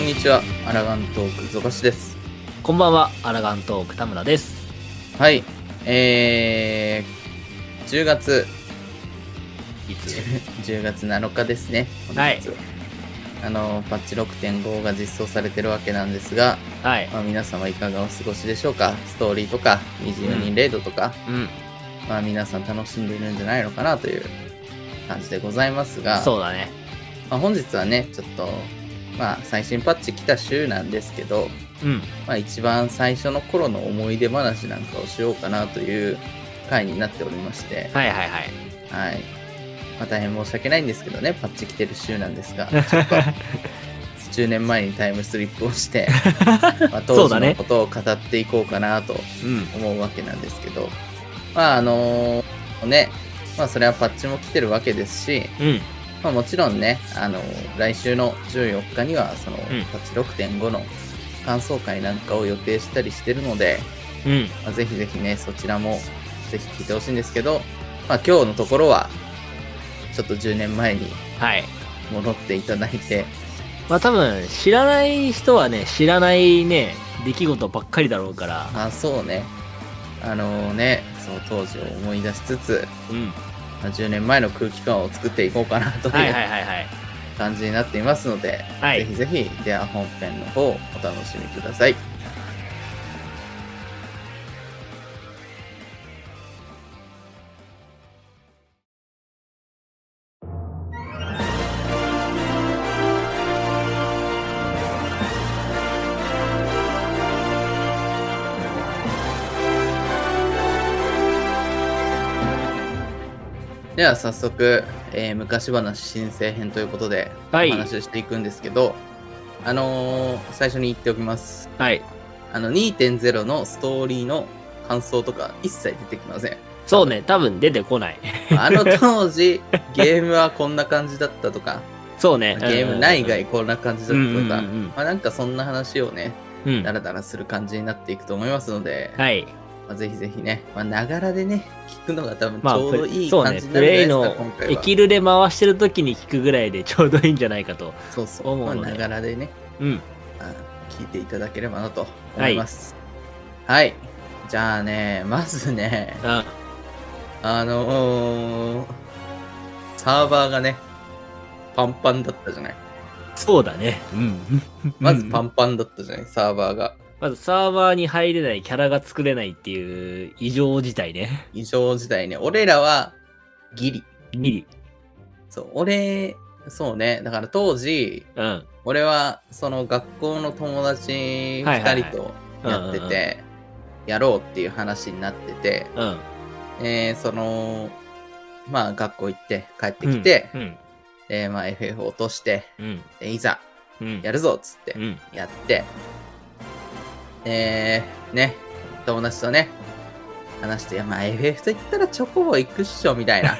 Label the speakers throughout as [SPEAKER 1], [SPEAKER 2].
[SPEAKER 1] んにちは、アラガントーク、ゾコシです。
[SPEAKER 2] こんばんは、アラガントーク田村です。
[SPEAKER 1] はい、えー、10月、
[SPEAKER 2] いつ
[SPEAKER 1] 10月7日ですね。
[SPEAKER 2] はい
[SPEAKER 1] 本日あの、パッチ6.5が実装されてるわけなんですが、
[SPEAKER 2] はい。
[SPEAKER 1] まあ、皆様いかがお過ごしでしょうかストーリーとか、24人レイドとか、
[SPEAKER 2] うん。
[SPEAKER 1] まあ皆さん楽しんでいるんじゃないのかなという感じでございますが、
[SPEAKER 2] そうだね。
[SPEAKER 1] まあ、本日はね、ちょっと、まあ最新パッチ来た週なんですけど、
[SPEAKER 2] うん。
[SPEAKER 1] まあ、一番最初の頃の思い出話なんかをしようかなという回になっておりまして、
[SPEAKER 2] はいはいはい。
[SPEAKER 1] はい。まあ、大変申し訳ないんですけどね、パッチ来てる週なん ですが、ちょっと10年前にタイムスリップを して、まあ、
[SPEAKER 2] そ
[SPEAKER 1] 当
[SPEAKER 2] うだ
[SPEAKER 1] 時の
[SPEAKER 2] ね
[SPEAKER 1] ことを語っていこうかなと
[SPEAKER 2] うん。
[SPEAKER 1] 思うわけなんですけど、まああのね、まあそれはパッチも来てるわけですし、
[SPEAKER 2] うん。
[SPEAKER 1] まあ、もちろんね、あの来週の14日には、その、
[SPEAKER 2] ん
[SPEAKER 1] パッチ6.5の感想会なんかを予定したりしてるので、
[SPEAKER 2] うん。
[SPEAKER 1] まあ、ぜひぜひね、そちらもぜひ聞いてほしいんですけど、まあ、今日のところは、ちょっと10年前に
[SPEAKER 2] はい。
[SPEAKER 1] 戻っていただいて、
[SPEAKER 2] まあ多分、知らない人はね、知らないね、出来事ばっかりだろうから。
[SPEAKER 1] あ、そうね、あのね、その当時を思い出しつつ、
[SPEAKER 2] うん。
[SPEAKER 1] まあ、10年前の空気感を作っていこうかなと
[SPEAKER 2] はいいうはいはいはい。
[SPEAKER 1] 感じになっていますので、
[SPEAKER 2] はい
[SPEAKER 1] ぜひぜひ、では本編の方、お楽しみください。では早速、えー昔話申請編ということでお
[SPEAKER 2] はい
[SPEAKER 1] 話をしていくんですけど、あのー最初に言っておきます
[SPEAKER 2] はい。
[SPEAKER 1] あの2.0のストーリーの感想とか一切出てきません
[SPEAKER 2] そうね、多分出てこない。
[SPEAKER 1] あ の当時ゲームはこんな感じだったとか
[SPEAKER 2] そうね。
[SPEAKER 1] ゲーム内
[SPEAKER 2] う
[SPEAKER 1] 外こんな感じだ
[SPEAKER 2] ん
[SPEAKER 1] った
[SPEAKER 2] う
[SPEAKER 1] と
[SPEAKER 2] ん
[SPEAKER 1] か、
[SPEAKER 2] うん
[SPEAKER 1] まあ、なんかそんな話をね
[SPEAKER 2] うん。うん
[SPEAKER 1] ダラダラする感じになっていくと思いますので、
[SPEAKER 2] はい。
[SPEAKER 1] まあ、ぜひぜひねまあながらでね聞くのが多分ち
[SPEAKER 2] まあ、
[SPEAKER 1] ょうどいい
[SPEAKER 2] そう
[SPEAKER 1] 感
[SPEAKER 2] ね、
[SPEAKER 1] じに
[SPEAKER 2] プ
[SPEAKER 1] なるんじ
[SPEAKER 2] レイ
[SPEAKER 1] ゃない
[SPEAKER 2] の
[SPEAKER 1] ですか、今回
[SPEAKER 2] エ
[SPEAKER 1] は
[SPEAKER 2] キルで回してる時に聞くぐらいでちょうどいいんじゃないかと。
[SPEAKER 1] そうそ
[SPEAKER 2] 思
[SPEAKER 1] う、
[SPEAKER 2] う
[SPEAKER 1] まあ、
[SPEAKER 2] ので
[SPEAKER 1] ながらでね
[SPEAKER 2] うん。
[SPEAKER 1] あ聞いていただければなと思います。はい。じゃあね、まずね、
[SPEAKER 2] あ
[SPEAKER 1] あのーサーバーがね、パンパンだったじゃない。
[SPEAKER 2] そうだね。うん。
[SPEAKER 1] まずパンパンだったじゃない、サーバーが。
[SPEAKER 2] まずサーバーに入れないキャラが作れないっていう異常事態ね。
[SPEAKER 1] 異常事態ね。俺らはギリ。
[SPEAKER 2] ギリ。
[SPEAKER 1] そう、俺、そうね。だから当時、
[SPEAKER 2] うん。
[SPEAKER 1] 俺はその学校の友達
[SPEAKER 2] はいはい
[SPEAKER 1] 2
[SPEAKER 2] はい
[SPEAKER 1] 人とやってて、やろうっていう話になってて、
[SPEAKER 2] うん。
[SPEAKER 1] えーその、まあ、学校行って、帰ってきて、
[SPEAKER 2] うん。
[SPEAKER 1] えーまあ、FF 落として、
[SPEAKER 2] うん。
[SPEAKER 1] でいざ、
[SPEAKER 2] うん。
[SPEAKER 1] やるぞっつって
[SPEAKER 2] う、ん。
[SPEAKER 1] やって、えーね、友達とね、話して、いやまあ、FF と言ったらチョコボ行くっしょ、みたい な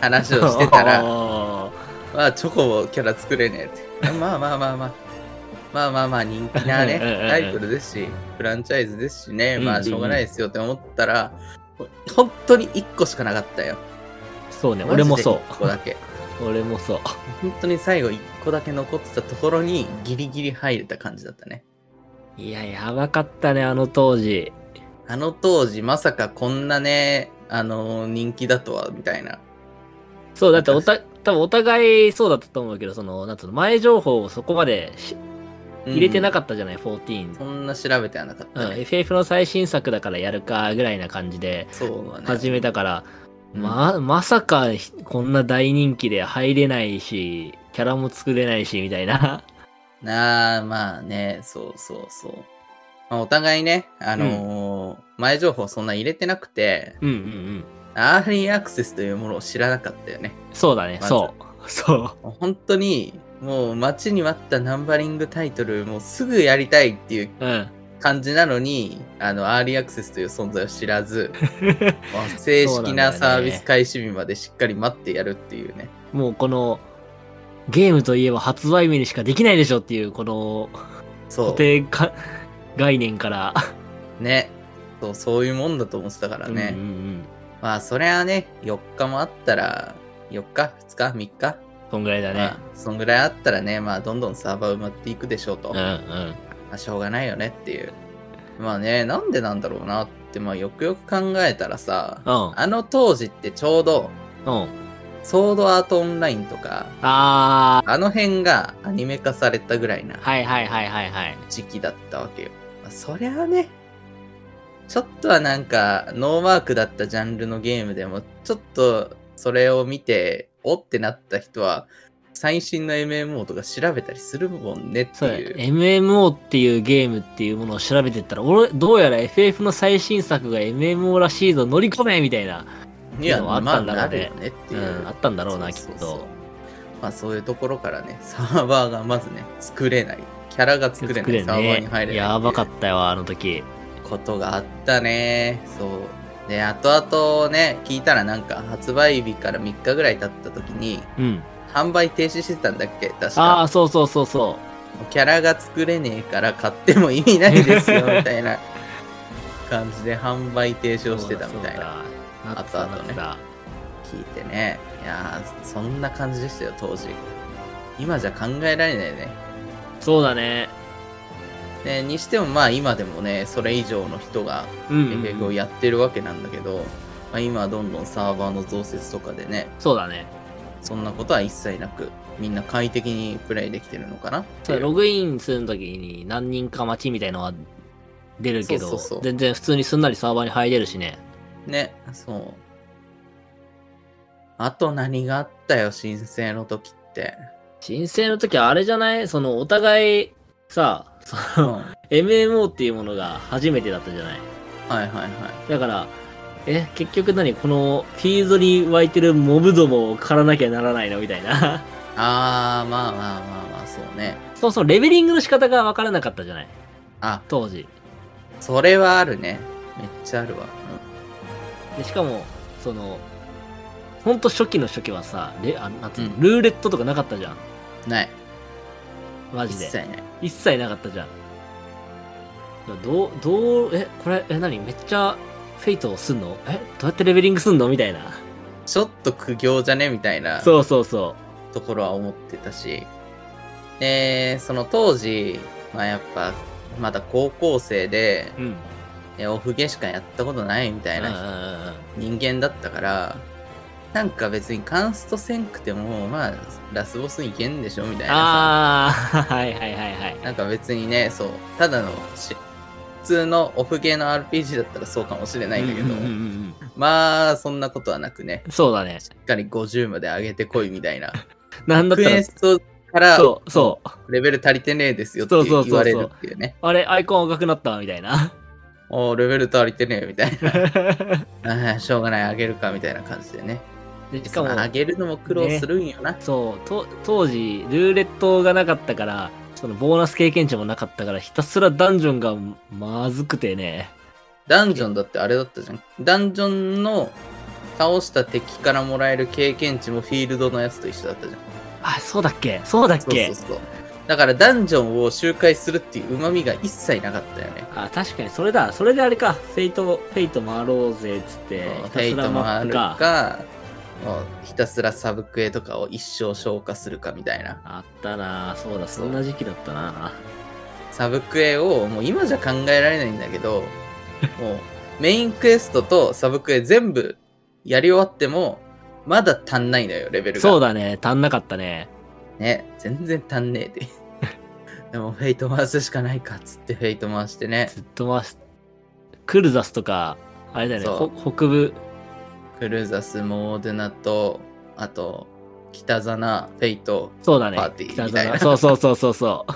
[SPEAKER 1] 話をしてたら、
[SPEAKER 2] おー
[SPEAKER 1] まあ、チョコボキャラ作れねえって。まあまあまあまあ。まあまあまあ人気なね、
[SPEAKER 2] うんうんうん
[SPEAKER 1] タイトルですし、フランチャイズですしね、ま
[SPEAKER 2] う
[SPEAKER 1] あ
[SPEAKER 2] ん
[SPEAKER 1] しょうがないですよって思ったら、本当に1個しかなかったよ。
[SPEAKER 2] そうね、俺もそ
[SPEAKER 1] 1個だけ。
[SPEAKER 2] う。俺もそう。
[SPEAKER 1] 本当に最後1個だけ残ってたところにギリギリ入れた感じだったね。
[SPEAKER 2] いや、やばかったね、あの当時。
[SPEAKER 1] あの当時まさかこんなね、あの人気だとはみたいな。
[SPEAKER 2] そう、だっておた、多分お互いそうだったと思うけど、その、なんつうの、前情報をそこまでし入れてな
[SPEAKER 1] かっ
[SPEAKER 2] かったじゃない、14
[SPEAKER 1] た。。そんな調べてはなかっ
[SPEAKER 2] う
[SPEAKER 1] た
[SPEAKER 2] ん、
[SPEAKER 1] ね。
[SPEAKER 2] FF の最新作だからやるか、ぐらいな感じで
[SPEAKER 1] そうはね。
[SPEAKER 2] 始めたから、
[SPEAKER 1] うん
[SPEAKER 2] ま、まさかひ、こんな大人気で入れないし、キャラも作れないし、みたい
[SPEAKER 1] あ
[SPEAKER 2] な。
[SPEAKER 1] ーまあね、そうそうそう。まあ、お互いね、あのー前情報そんな入れてなくて、
[SPEAKER 2] うんうんうん。
[SPEAKER 1] アーリーアクセスというものを知らなかったよね。
[SPEAKER 2] そうだね、
[SPEAKER 1] まず
[SPEAKER 2] そう。そう。
[SPEAKER 1] 本当に、もう待ちに待ったナンバリングタイトル、もうすぐやりたいっていう
[SPEAKER 2] うん。
[SPEAKER 1] 感じなのに、あの、アーリーアクセスという存在を知らず、まあ正式なサービス開始日までしっかり待ってやるっていうね。
[SPEAKER 2] もうこの、ゲームといえば発売日にしかできないでしょっていう、この
[SPEAKER 1] そ
[SPEAKER 2] 固定か概念から。
[SPEAKER 1] う。ね。そう、そういうもんだと思ってたからね。
[SPEAKER 2] うんうん
[SPEAKER 1] まあ、そりゃね、4日もあったら、4日 ?2 日 ?3 日
[SPEAKER 2] こんぐらいだ
[SPEAKER 1] ま
[SPEAKER 2] ね
[SPEAKER 1] あ。そんぐらいあったらね、まあ、どんどんサーバー埋まっていくでしょうと、
[SPEAKER 2] うんう
[SPEAKER 1] ま
[SPEAKER 2] ん。
[SPEAKER 1] あ、しょうがないよねっていう。まあね、なんでなんだろうなって、まあ、よくよく考えたらさ、
[SPEAKER 2] うん。
[SPEAKER 1] あの当時ってちょうど、
[SPEAKER 2] うん。
[SPEAKER 1] ソードアートオンラインとか、
[SPEAKER 2] あ
[SPEAKER 1] あの辺がアニメ化されたぐらいな
[SPEAKER 2] ー、はいはいはいはいはい。
[SPEAKER 1] 時期だったわけよ。まあ、そりゃあね、ちょっとはなんか、ノーマークだったジャンルのゲームでも、ちょっとそれを見て、おってなった人は、最新の MMO とか調べたりするもんねって
[SPEAKER 2] そうだよ
[SPEAKER 1] いう。
[SPEAKER 2] MMO っていうゲームっていうものを調べてったら、俺、どうやら FF の最新作が MMO らしいぞ、乗り込めみたいな、
[SPEAKER 1] には
[SPEAKER 2] のはあっ
[SPEAKER 1] ま
[SPEAKER 2] た
[SPEAKER 1] あ
[SPEAKER 2] んだろ
[SPEAKER 1] な
[SPEAKER 2] う
[SPEAKER 1] る
[SPEAKER 2] ね
[SPEAKER 1] よねって
[SPEAKER 2] う
[SPEAKER 1] いう。
[SPEAKER 2] ん、あったんだろうな、き
[SPEAKER 1] そ
[SPEAKER 2] っ
[SPEAKER 1] そそう
[SPEAKER 2] と。
[SPEAKER 1] まあそういうところからね、サーバーがまずね、作れない。キャラが作れない。サーバーに入れないっていう。
[SPEAKER 2] やばかったよ、あの時。
[SPEAKER 1] ことがあったね。そう。で、後々ね、聞いたらなんか発売日から3日ぐらい経った時に、
[SPEAKER 2] うん。
[SPEAKER 1] 販売停止してたんだっけ確
[SPEAKER 2] ああ、
[SPEAKER 1] か。
[SPEAKER 2] そうそうそうそ
[SPEAKER 1] キャラが作れねえから買っても意味ないです よ、みたいな感じで販売停
[SPEAKER 2] う。
[SPEAKER 1] 止をしてたみたいな。
[SPEAKER 2] そうだ。なってた
[SPEAKER 1] あとあ
[SPEAKER 2] なっ
[SPEAKER 1] と
[SPEAKER 2] て
[SPEAKER 1] ね
[SPEAKER 2] た。
[SPEAKER 1] 聞いてね。いやー、そんな感じでしたよ、当時。今じゃ考えられないね。
[SPEAKER 2] そうだね。
[SPEAKER 1] でにしてもまあ今でもね、それ以上の人が
[SPEAKER 2] うんうんうん
[SPEAKER 1] FF をやってるわけなんだけど、まあ、今はどんどんサーバーの増設とかでね、
[SPEAKER 2] そうだね。
[SPEAKER 1] そんなことは一切なく、みんな快適にプレイできてるのかな
[SPEAKER 2] そうログインするときに何人か待ちみたいのは出るけど、
[SPEAKER 1] そうそうそう
[SPEAKER 2] 全然普通にすんなりサーバーに入れるしね。
[SPEAKER 1] ね、そう。あと何があったよ、申請の時 って。
[SPEAKER 2] 申請の時はあれじゃないそのお互いさ、そうの
[SPEAKER 1] ん、はい
[SPEAKER 2] MMO っていうものが初めてだったじゃない
[SPEAKER 1] はいは
[SPEAKER 2] だから、え、結局何このフィールドに湧いてるモブどもを狩らなきゃならないのみたいな。
[SPEAKER 1] い。あー、まあまあまあまあ、そうね。
[SPEAKER 2] そうそう、レベリングの仕方が分からなかったじゃない
[SPEAKER 1] あ、
[SPEAKER 2] 当時。
[SPEAKER 1] それはあるね。めっちゃあるわ。
[SPEAKER 2] で、しかも、その、ほんと初期の初期はさ、レあなんつうの
[SPEAKER 1] うん
[SPEAKER 2] ルーレットとかなかったじゃん。
[SPEAKER 1] うん、ない。
[SPEAKER 2] マ
[SPEAKER 1] 一
[SPEAKER 2] ジで
[SPEAKER 1] 切。ない。
[SPEAKER 2] 一切なかったじゃん。どう、どう、え、これ、え、何めっちゃ、フェイトをすんのえ、どうやってレベリングすんのみたいな。
[SPEAKER 1] ちょっと苦行じゃねみたいな。
[SPEAKER 2] そうそうそ
[SPEAKER 1] ところは思ってたし、で、その当時、まあやっぱ、まだ高校生で、
[SPEAKER 2] う。うん。み
[SPEAKER 1] えオフゲしかやったことないみたいな
[SPEAKER 2] な。
[SPEAKER 1] 人間だったから、なんか別にカンストせんくても、まあ、ラスボスに行けんでしょみたいな
[SPEAKER 2] あー、はいはいはいはい
[SPEAKER 1] さ。。なんか別にね、そう、ただのし、普通のオフゲーの RPG だったらそうかもしれないんだけど、
[SPEAKER 2] うんうんうん
[SPEAKER 1] まあ、そんなことはなくね、
[SPEAKER 2] うんそうだね。
[SPEAKER 1] しっかり50まで上げてこいみたいな。
[SPEAKER 2] なんだっ
[SPEAKER 1] ク
[SPEAKER 2] た
[SPEAKER 1] エ
[SPEAKER 2] ら、
[SPEAKER 1] ストから
[SPEAKER 2] そうそう。
[SPEAKER 1] レベル足りてねえですよって
[SPEAKER 2] そうそうそうそう
[SPEAKER 1] 言われるっていうね。
[SPEAKER 2] あれ、アイコン赤くなったわみた いな。
[SPEAKER 1] おーレベル足りてねえみたいな。あーしょうがない、あげるかみたいな感じでね。
[SPEAKER 2] で
[SPEAKER 1] し
[SPEAKER 2] しか
[SPEAKER 1] か
[SPEAKER 2] も
[SPEAKER 1] も、、あげるのも苦労するんよな。
[SPEAKER 2] そう、と当時、ルーレットがなかったから、そのボーナス経験値もなかったから、ひたすらダンジョンがまずくてね。
[SPEAKER 1] ダンジョンだってあれだったじゃん。ダンジョンの倒した敵からもらえる経験値もフィールドのやつと一緒だったじゃん。
[SPEAKER 2] あ、そうだっけそうだっ
[SPEAKER 1] そう
[SPEAKER 2] け
[SPEAKER 1] そうそう。だからダンジョンを周回するっていう旨味が一切なかったよね。
[SPEAKER 2] あ、確かにそれだ。それであれか。フェイト、フェイト回ろうぜ、つって。
[SPEAKER 1] そう
[SPEAKER 2] ひ
[SPEAKER 1] フ
[SPEAKER 2] た
[SPEAKER 1] ェ
[SPEAKER 2] す
[SPEAKER 1] イ
[SPEAKER 2] ら
[SPEAKER 1] トも
[SPEAKER 2] マ
[SPEAKER 1] あ
[SPEAKER 2] ッ
[SPEAKER 1] る
[SPEAKER 2] プ
[SPEAKER 1] か
[SPEAKER 2] か。
[SPEAKER 1] もうひたすらサブクエとかを一生消化するかみたいな。
[SPEAKER 2] あったなそうだ、そんな時期だったな
[SPEAKER 1] サブクエをもう今じゃ考えられないんだけ どもうメインクエストとサブクエ全部やり終わってもまだ足んないのよレベルが
[SPEAKER 2] そうだね。足んなかったね。
[SPEAKER 1] ね全然足んねえ ででもフェイト回すしかないかっつってフェイト回してね
[SPEAKER 2] ずっと回す。クルザスとか、あれだよね。
[SPEAKER 1] そ
[SPEAKER 2] ほ
[SPEAKER 1] う
[SPEAKER 2] 北部。
[SPEAKER 1] クルーザスモーデナとあと北ザナフェイト
[SPEAKER 2] そうだね
[SPEAKER 1] パーティー。
[SPEAKER 2] 北
[SPEAKER 1] みたいな
[SPEAKER 2] 沢そうそうそうそうそう。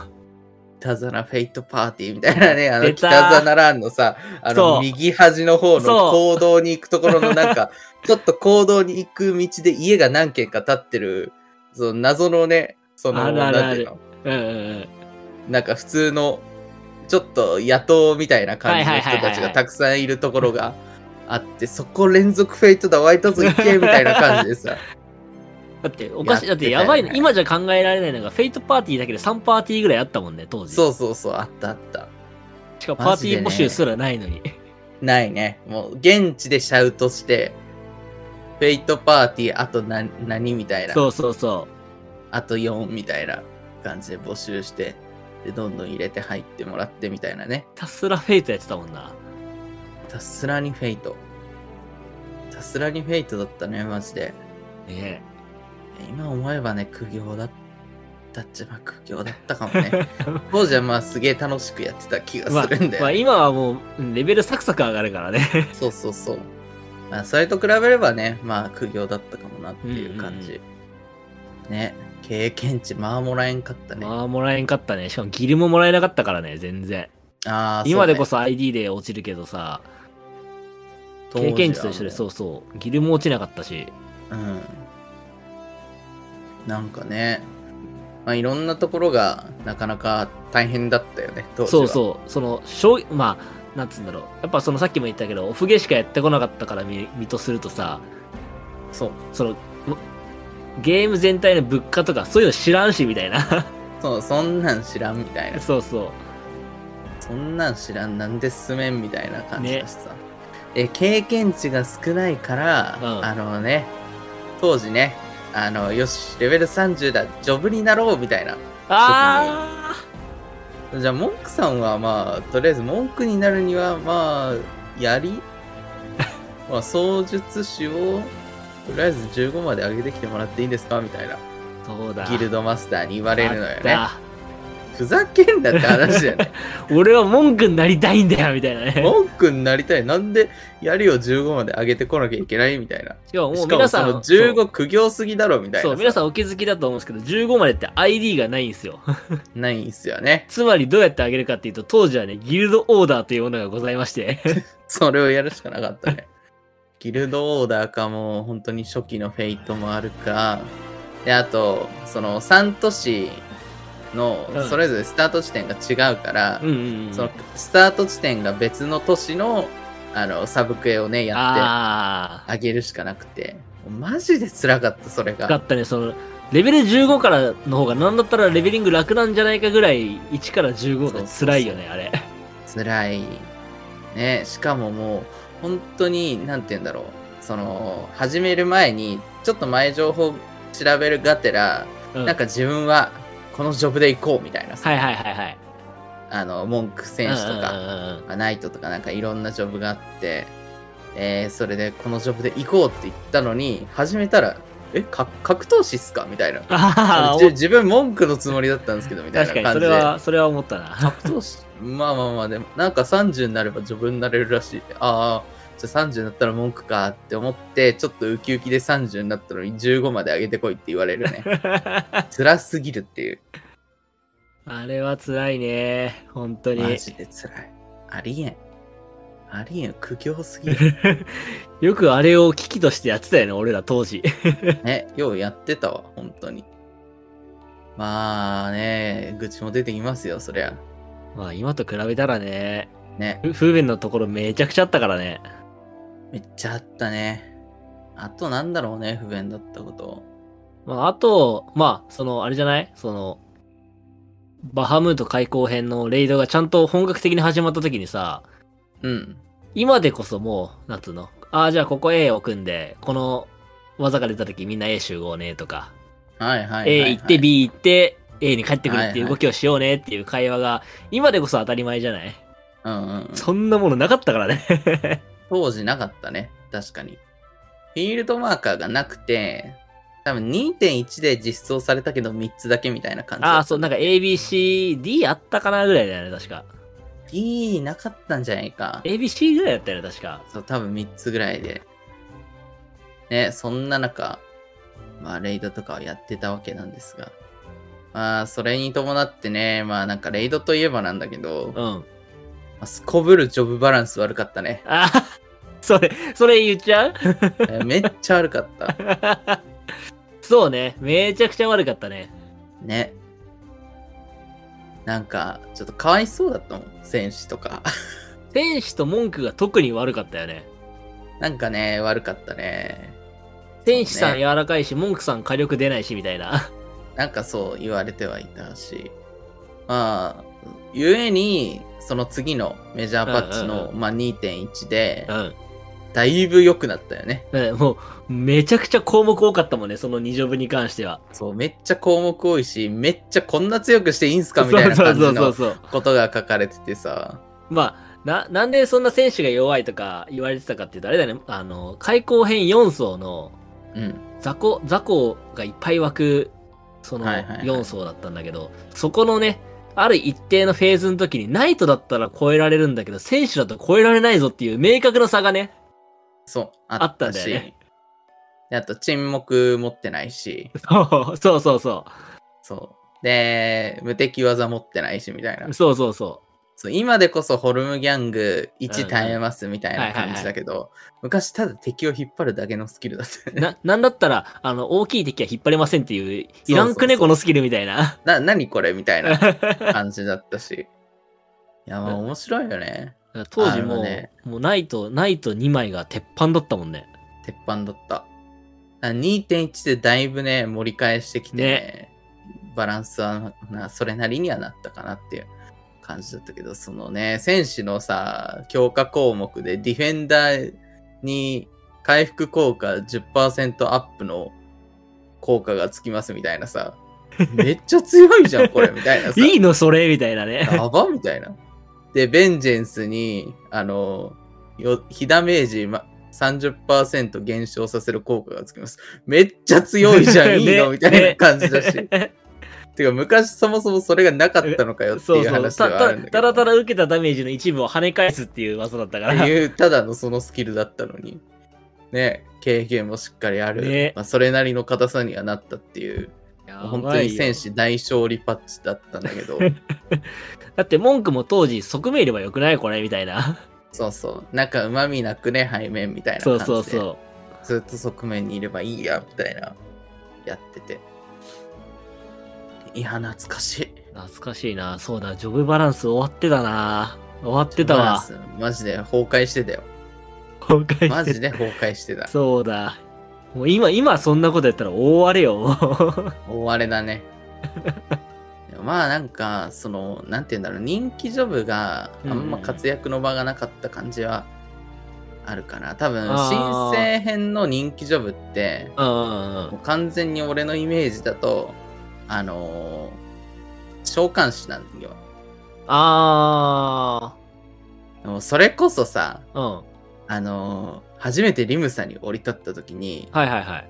[SPEAKER 1] 北ザナフェイトパーティーみたいなねあの
[SPEAKER 2] 出
[SPEAKER 1] 北
[SPEAKER 2] たー
[SPEAKER 1] ザナランのさあ
[SPEAKER 2] そ
[SPEAKER 1] の
[SPEAKER 2] う
[SPEAKER 1] 右端の方の
[SPEAKER 2] そう
[SPEAKER 1] 行動に行くところのなん かちょっと行動に行く道で家が何軒か建ってるその謎のねその
[SPEAKER 2] あるある
[SPEAKER 1] な
[SPEAKER 2] ある
[SPEAKER 1] んていうの
[SPEAKER 2] うんうんうん。
[SPEAKER 1] なんか普通のちょっと野党みたいな感じの人
[SPEAKER 2] はいはい
[SPEAKER 1] た
[SPEAKER 2] はい
[SPEAKER 1] ち
[SPEAKER 2] はいは
[SPEAKER 1] が
[SPEAKER 2] い
[SPEAKER 1] たくさんいるところがあってそこ連続フェイトだワイトズ行けみたいな感じで さ
[SPEAKER 2] だって、おかしい。だ
[SPEAKER 1] や
[SPEAKER 2] っ、
[SPEAKER 1] っててたよね
[SPEAKER 2] やばいね。今じゃ考えられないのが、フェイトパーティーだけで3パーティーぐらいあったもんね、当時。
[SPEAKER 1] そうそうそうあったあった
[SPEAKER 2] しかもパーティー募集すらないのに。
[SPEAKER 1] ないね。もう、現地でシャウトして、フェイトパーティー、あとな何みたいな。
[SPEAKER 2] そうそうそ
[SPEAKER 1] あと4みたいな感じで募集して、で、どんどん入れて入ってもらってみたいなね。
[SPEAKER 2] ひたすらフェイトやってたもんな。
[SPEAKER 1] ひたすらにフェイト。ひたすらにフェイトだったね、マジで。
[SPEAKER 2] ね
[SPEAKER 1] 今思えばね、苦行だったっちゃ、まあ苦行だったかも ね。当時はまあすげえ楽しくやってた気
[SPEAKER 2] え。
[SPEAKER 1] が
[SPEAKER 2] まあ
[SPEAKER 1] するんだ、よ
[SPEAKER 2] まあ
[SPEAKER 1] ね。
[SPEAKER 2] 今はもううんレベルサクサク上がるからね。
[SPEAKER 1] そうそうそう。まあ、それと比べればね、まあ苦行だったかもなっていう感じ。ね、経験値まあもらえんかったね。
[SPEAKER 2] まあもらえんかったね。しかもギルももらえなかったからね、全然。
[SPEAKER 1] ああ、
[SPEAKER 2] 今でこ
[SPEAKER 1] そ
[SPEAKER 2] そ ID で落ちるけどさ、
[SPEAKER 1] うね
[SPEAKER 2] 経験値と一緒
[SPEAKER 1] 当時
[SPEAKER 2] で
[SPEAKER 1] は
[SPEAKER 2] そうそう。ギルも落ちなかったし。
[SPEAKER 1] うん。なんかね、まあ、いろんなところがなかなか大変だったよね、当時
[SPEAKER 2] そ
[SPEAKER 1] は。
[SPEAKER 2] うそう。その、将棋、まあ、なんつうんだろう。やっぱそのさっきも言ったけど、オフゲしかやってこなかったから見、見とするとさ、
[SPEAKER 1] そう。
[SPEAKER 2] その、もゲーム全体の物価とか、そういうの知らんし、みたいな。
[SPEAKER 1] そう、そんなん知らんみたいな。
[SPEAKER 2] そうそ
[SPEAKER 1] そんなん知らん、なんで進めんみたいな感じだしさ。で、経験値が少ないから、
[SPEAKER 2] うん
[SPEAKER 1] あのね、当時ね、あの、よし、レベル30だ、ジョブになろうみたいな。
[SPEAKER 2] う。あ
[SPEAKER 1] じゃあ、文句さんはまあ、とりあえず文句になるには、まあ、槍 まあ、操術師を、とりあえず15まで上げてきてもらっていいですかみたいな。
[SPEAKER 2] ーそうだ。
[SPEAKER 1] ギルドマスターに言われるのよね。
[SPEAKER 2] あっ
[SPEAKER 1] ふざけんなって話だよね。
[SPEAKER 2] た俺は文句になりたいんだよ、みたいな ね。
[SPEAKER 1] 文句になりたい。なんで槍を15まで上げてこなきゃいけないみたいな。
[SPEAKER 2] しかもも
[SPEAKER 1] し
[SPEAKER 2] う
[SPEAKER 1] か
[SPEAKER 2] 皆
[SPEAKER 1] もそ
[SPEAKER 2] さん、
[SPEAKER 1] の15苦行すぎだろみたいな。
[SPEAKER 2] そう、皆さんお気づきだと思うんですけど、15までって ID がないんですよ。
[SPEAKER 1] ん。ないんすよね。
[SPEAKER 2] つまりどうやってあげるかっていうと、当時はね、ギルドオーダーというものがございまして。
[SPEAKER 1] それをやるしかなかったね。 ギルドオーダーかも、本当に初期のフェイトもあるか。で、あと、その3都市の
[SPEAKER 2] うん
[SPEAKER 1] それぞれスタート地点が 違うから、
[SPEAKER 2] うんうんうん。
[SPEAKER 1] そのスタート地点が別の都市のあのサブクエをね、やって
[SPEAKER 2] ああ。
[SPEAKER 1] あげるしかなくて。マジで辛かった、それ
[SPEAKER 2] よか
[SPEAKER 1] が。
[SPEAKER 2] ったね、その、レベル15からの方が、なんだったらレベリング楽なんじゃないかぐらい、1から15が辛いよね、あれ。
[SPEAKER 1] 辛い。ね、しかももう、本当に、なんて言うんだろう。その、始める前に、ちょっと前情報調べるがてら、
[SPEAKER 2] うん
[SPEAKER 1] なんか自分は、このジョブで行こうみたいなさ、
[SPEAKER 2] はいはいはいはい。
[SPEAKER 1] あの、文句選手と
[SPEAKER 2] う
[SPEAKER 1] か、
[SPEAKER 2] んうんうんうん
[SPEAKER 1] まあナイトとかなんかいろんなジョブがあって、えーそれでこのジョブで行こうって言ったのに、始めたら、え、か格闘士っすかみたいな。
[SPEAKER 2] ああ、
[SPEAKER 1] あのじ自分文句のつもりだったんですけど、みたいな
[SPEAKER 2] 確か
[SPEAKER 1] 感じ
[SPEAKER 2] に、
[SPEAKER 1] で。
[SPEAKER 2] それは、それは思った な。
[SPEAKER 1] どうしまあまあまあでもなんか30になれば自分になれるらしいああじゃあ30になったら文句かって思ってちょっとウキウキで30になったのに15まで上げてこいって言われるね 辛すぎるっていう
[SPEAKER 2] あれは辛いね、本当
[SPEAKER 1] マ
[SPEAKER 2] に。
[SPEAKER 1] ジで辛いありえんありえん苦行すぎる
[SPEAKER 2] よくあれを危機としてやってたよね、俺ら当時。
[SPEAKER 1] ねようやってたわ本当にまあね愚痴も出てきますよそりゃ
[SPEAKER 2] まあ今と比べたらね、
[SPEAKER 1] ね
[SPEAKER 2] ふ不便のところめちゃくちゃあったからね。
[SPEAKER 1] めっちゃあったねあとなんだろうね不便だったこと
[SPEAKER 2] まあ、あと、まあ、その、あれじゃないその、バハムート開港編のレイドがちゃんと本格的に始まった時にさ、
[SPEAKER 1] うん
[SPEAKER 2] 今でこそもう、なんつうの、ああ、じゃあここ A を組んで、この技が出た時みんな A 集合ねとか、
[SPEAKER 1] はいはいはい、はい、
[SPEAKER 2] A 行って B 行って A に帰ってくるっ
[SPEAKER 1] はい
[SPEAKER 2] てい
[SPEAKER 1] は
[SPEAKER 2] う
[SPEAKER 1] い
[SPEAKER 2] 動きをしようねっていう会話が、今でこそ当たり前じゃない
[SPEAKER 1] うんうんうん、
[SPEAKER 2] そんなものなかったからね。
[SPEAKER 1] 当時なかったね。確かに。フィールドマーカーがなくて、多分2.1で実装されたけど3つだけみたいな感じだった。
[SPEAKER 2] ああ、そう、なんか ABCD あったかなぐらいだよね、確か。
[SPEAKER 1] D なかったんじゃないか。
[SPEAKER 2] ABC ぐらいだったよね、確か。
[SPEAKER 1] そう、多分3つぐらいで。ね、そんな中、まあ、レイドとかをやってたわけなんですが。まあ、それに伴ってね、まあ、なんかレイドといえばなんだけど、
[SPEAKER 2] うん。。
[SPEAKER 1] まあすこぶるジョブバランス悪かったね
[SPEAKER 2] あそれ、それ言っちゃう
[SPEAKER 1] えめっちゃ悪かった。
[SPEAKER 2] そうね。めちゃくちゃ悪かったね。
[SPEAKER 1] ね。なんか、ちょっとかわいそうだったもん、選手とか。
[SPEAKER 2] 天使と文句が特に悪かったよね。
[SPEAKER 1] なんかね、悪かったね。
[SPEAKER 2] 天使さん
[SPEAKER 1] ね
[SPEAKER 2] 柔らかいし、文句さん火力出ないし、みたいな。
[SPEAKER 1] なんかそう言われてはいたし。まあ、ゆえに、その次のメジャーパッチ
[SPEAKER 2] うんうん
[SPEAKER 1] の、まあ、2.1で
[SPEAKER 2] う、ん。
[SPEAKER 1] だいぶ良くなったよね。
[SPEAKER 2] えもう、めちゃくちゃ項目多かったもんね、その2ジョブに関しては。
[SPEAKER 1] そう、めっちゃ項目多いし、めっちゃこんな強くしていいんすかみたいな感じ
[SPEAKER 2] そうそう
[SPEAKER 1] の
[SPEAKER 2] そうそう。
[SPEAKER 1] ことが書かれててさ。
[SPEAKER 2] まあ、な、なんでそんな選手が弱いとか言われてたかっていうと、あれだよね、あの、開口編4層の
[SPEAKER 1] うん。
[SPEAKER 2] 雑魚、雑魚がいっぱい湧く、その
[SPEAKER 1] はいはいはい
[SPEAKER 2] 4層だったんだけど、そこのね、ある一定のフェーズの時に、ナイトだったら超えられるんだけど、選手だと超えられないぞっていう明確な差がね、
[SPEAKER 1] そう、
[SPEAKER 2] あ
[SPEAKER 1] あ
[SPEAKER 2] ったんだよね。
[SPEAKER 1] であと、沈黙持ってないし、
[SPEAKER 2] そう そうそうそ
[SPEAKER 1] そう。で、無敵技持ってないし、みたいな
[SPEAKER 2] う。。そうそうそ
[SPEAKER 1] そう今でこそホルムギャング1耐えますみたいな感じだけど、昔ただ敵を引っ張るだけのスキルだったよね。
[SPEAKER 2] う。な、なんだったら、あの、大きい敵は引っ張れませんっていう、いら
[SPEAKER 1] そう
[SPEAKER 2] んく
[SPEAKER 1] そうそ
[SPEAKER 2] ね、
[SPEAKER 1] う
[SPEAKER 2] このスキルみた いな。
[SPEAKER 1] な、何これみたいな感じだった し。いや、まあ面白いよね。
[SPEAKER 2] 当時も
[SPEAKER 1] あ
[SPEAKER 2] う、
[SPEAKER 1] のね
[SPEAKER 2] もうナイト、ナイト2枚が鉄板だったもんね。
[SPEAKER 1] 鉄板だった。あ2.1でだいぶね、盛り返してきてね、バランスはな、それなりにはなったかなっていう感じだったけど、そのね、選手のさ、強化項目でディフェンダーに回復効果10%アップの効果がつきますみたいなさ、めっちゃ強いじゃん、これ、みたいなさ。
[SPEAKER 2] いいのそれみたいなね。
[SPEAKER 1] やばみたいな。で、ベンジェンスに、あの、よ火ダメージ、ま、30%減少させる効果がつきます。めっちゃ強いじ ゃん、いいのみたいな感じだし。てか、昔そもそもそれがなかったのかよって
[SPEAKER 2] そう
[SPEAKER 1] いう
[SPEAKER 2] そう
[SPEAKER 1] 話ではあるんだ
[SPEAKER 2] た
[SPEAKER 1] けど。
[SPEAKER 2] たらたら受けたダメージの一部を跳ね返すっていう技だったか
[SPEAKER 1] っ
[SPEAKER 2] ら
[SPEAKER 1] て。いう、ただのそのスキルだったのに。ね、経験もしっかりある。
[SPEAKER 2] ね
[SPEAKER 1] まあ、それなりの硬さにはなったっていう、本当に選手
[SPEAKER 2] 手。
[SPEAKER 1] 大勝利パッチだったんだけ ど。
[SPEAKER 2] だって文句も当時、側面いればよくないこれみたいな。
[SPEAKER 1] そうそう。なんか旨味なくね、背面みたいな感
[SPEAKER 2] そう
[SPEAKER 1] じで。
[SPEAKER 2] そうそう。
[SPEAKER 1] ずっと側面にいればいいや、みたいな、やってて。いや、懐かしい。
[SPEAKER 2] 懐かしいな。そうだ、ジョブバランス終わってたな。終わってた
[SPEAKER 1] バラン
[SPEAKER 2] わ。
[SPEAKER 1] スマジで崩壊して たよ。
[SPEAKER 2] 崩壊して。
[SPEAKER 1] マジで崩壊してた
[SPEAKER 2] そうだ。もう今、今そんなことやったら大荒れよ。
[SPEAKER 1] 大荒れだ ね。でもまあなんか、その、なんて言うんだろう、人気ジョブがあんま活躍の場がなかった感じはあるかな。多分、
[SPEAKER 2] あー
[SPEAKER 1] 新生編の人気ジョブって、
[SPEAKER 2] うんうんうん
[SPEAKER 1] もう完全に俺のイメージだと、あのー召喚師なんだよ。
[SPEAKER 2] あ
[SPEAKER 1] でもそれこそさ、
[SPEAKER 2] ー。うん。
[SPEAKER 1] あのー初めてリムさんに降り立った時に、
[SPEAKER 2] はいはいはい。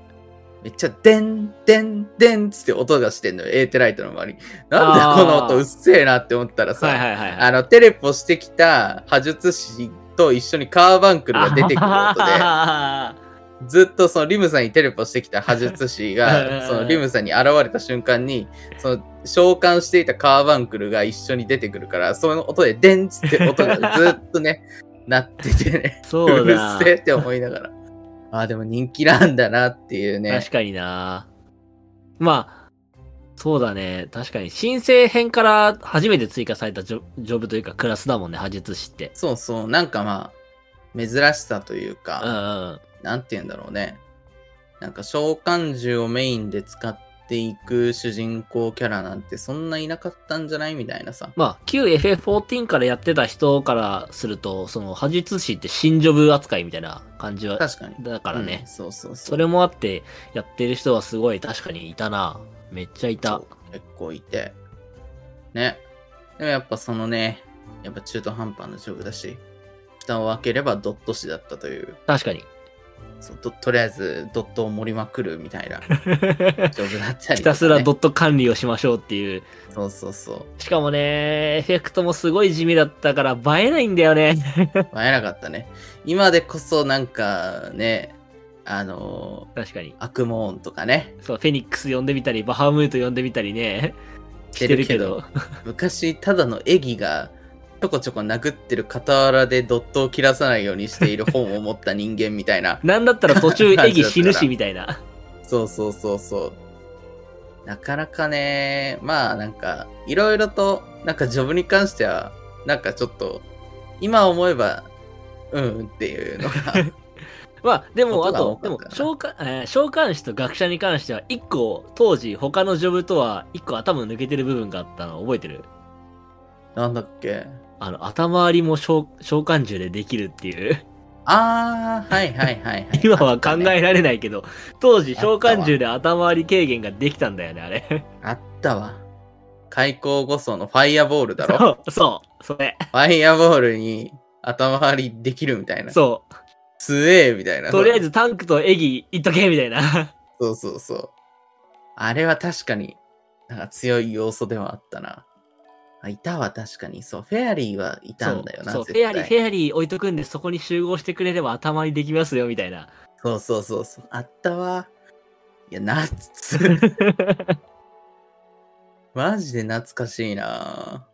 [SPEAKER 1] めっちゃ、でん、でん、でんっつって音がしてんのよ、エーテライトの周り。なんだ
[SPEAKER 2] あー
[SPEAKER 1] この音、うっせえなって思ったらさ、
[SPEAKER 2] はいはいはいはい。
[SPEAKER 1] あの、テレポしてきた波術師と一緒にカーバンクルが出てくる 音で、
[SPEAKER 2] あ
[SPEAKER 1] ずっとそのリムさんにテレポしてきた波術師
[SPEAKER 2] うん
[SPEAKER 1] が、そのリムさんに現れた瞬間に、その召喚していたカーバンクルが一緒に出てくるから、その音でデンっつって音がずっと ね、鳴っててね、う
[SPEAKER 2] ー そう
[SPEAKER 1] る
[SPEAKER 2] だ。
[SPEAKER 1] せえって思いなが ら。ああ、でも人気なんだなっていうね
[SPEAKER 2] 確。かになまあ、そうだね。確かに。新生編から初めて追加されたジョジョブというかクラスだもんね、波術師って。
[SPEAKER 1] そうそう、なんかまあ、珍しさという
[SPEAKER 2] うんう
[SPEAKER 1] か、
[SPEAKER 2] ん。
[SPEAKER 1] なんて言うんだろうね。なんか召喚獣をメインで使っていく主人公キャラなんてそんないなかったんじゃないみたいなさ。
[SPEAKER 2] まあ、旧 FF14 からやってた人からすると、その波術師って新ジョブ扱いみたいな感じは、
[SPEAKER 1] 確かに。
[SPEAKER 2] だから
[SPEAKER 1] う
[SPEAKER 2] ね
[SPEAKER 1] ん。そうそうそう
[SPEAKER 2] それもあって、やってる人はすごい確かにいたな。めっちゃいた
[SPEAKER 1] そ。う結構いてねでもやっぱそのねやっぱ中途半端なジョブだし蓋を開ければドット誌だったという
[SPEAKER 2] 確かに。
[SPEAKER 1] そうととりあえずドットを盛りまくるみたいな ジョブだったりとかね、
[SPEAKER 2] ひたすらドット管理をしましょうっていう
[SPEAKER 1] そうそうそ
[SPEAKER 2] しかもね、エフェクトもすごい地味だったから映えないんだよね。
[SPEAKER 1] う会えなかったね今でこそなんかねあの
[SPEAKER 2] 確かに。
[SPEAKER 1] ー悪魔音とかね
[SPEAKER 2] そう、フェニックス呼んでみたり、バハムート呼んでみたり ね。
[SPEAKER 1] して
[SPEAKER 2] て
[SPEAKER 1] る
[SPEAKER 2] るけ
[SPEAKER 1] けど
[SPEAKER 2] ど。
[SPEAKER 1] 昔ただのエギがちょこちょこ殴ってる傍らでドットを切らさないようにしている本を持った人間みたいな
[SPEAKER 2] なんだったら途 中
[SPEAKER 1] 感
[SPEAKER 2] エ
[SPEAKER 1] じ
[SPEAKER 2] ギ
[SPEAKER 1] だった
[SPEAKER 2] 死
[SPEAKER 1] から
[SPEAKER 2] ぬしみたいな。
[SPEAKER 1] そうそうそうそう。なかなかね、まあなんか、いろいろと、なんかジョブに関しては、なんかちょっと、今思えば、うんうんっていうのが、
[SPEAKER 2] まあ、でも、
[SPEAKER 1] こ
[SPEAKER 2] あ
[SPEAKER 1] とが多
[SPEAKER 2] と、
[SPEAKER 1] か
[SPEAKER 2] で
[SPEAKER 1] っ
[SPEAKER 2] も
[SPEAKER 1] たな
[SPEAKER 2] 召喚、えー召喚師と学者に関しては、一個、当時、他のジョブとは、一個頭抜けてる部分があったの覚えてる
[SPEAKER 1] なんだっけ
[SPEAKER 2] あの、頭ありも召召喚獣でできるっていう。
[SPEAKER 1] あー、はいはいはい、はい。
[SPEAKER 2] 今は考え
[SPEAKER 1] え。
[SPEAKER 2] られないけど、当時召喚獣で頭割り軽減ができたんだよね、あれ。
[SPEAKER 1] あったわ。開口誤送のファイアボールだろ。
[SPEAKER 2] そう、そう、それ。
[SPEAKER 1] ファイアボールに頭割りできるみたいな。
[SPEAKER 2] そ
[SPEAKER 1] 強えみたいな。
[SPEAKER 2] う。とりあえずタンクとエギいっとけ、みたいな。
[SPEAKER 1] そうそうそう。あれは確かに、なんか強い要素ではあったな。あいたわ、確かに。そう、フェアリーはいたんだよな、
[SPEAKER 2] そうそう
[SPEAKER 1] 絶
[SPEAKER 2] フェアリー、
[SPEAKER 1] 対
[SPEAKER 2] フェアリー置いとくんで、そこに集合してくれれば頭割りできますよ、みたいな。
[SPEAKER 1] そうそうそうそう。あったわ。いや、夏。 マジで懐かしいな。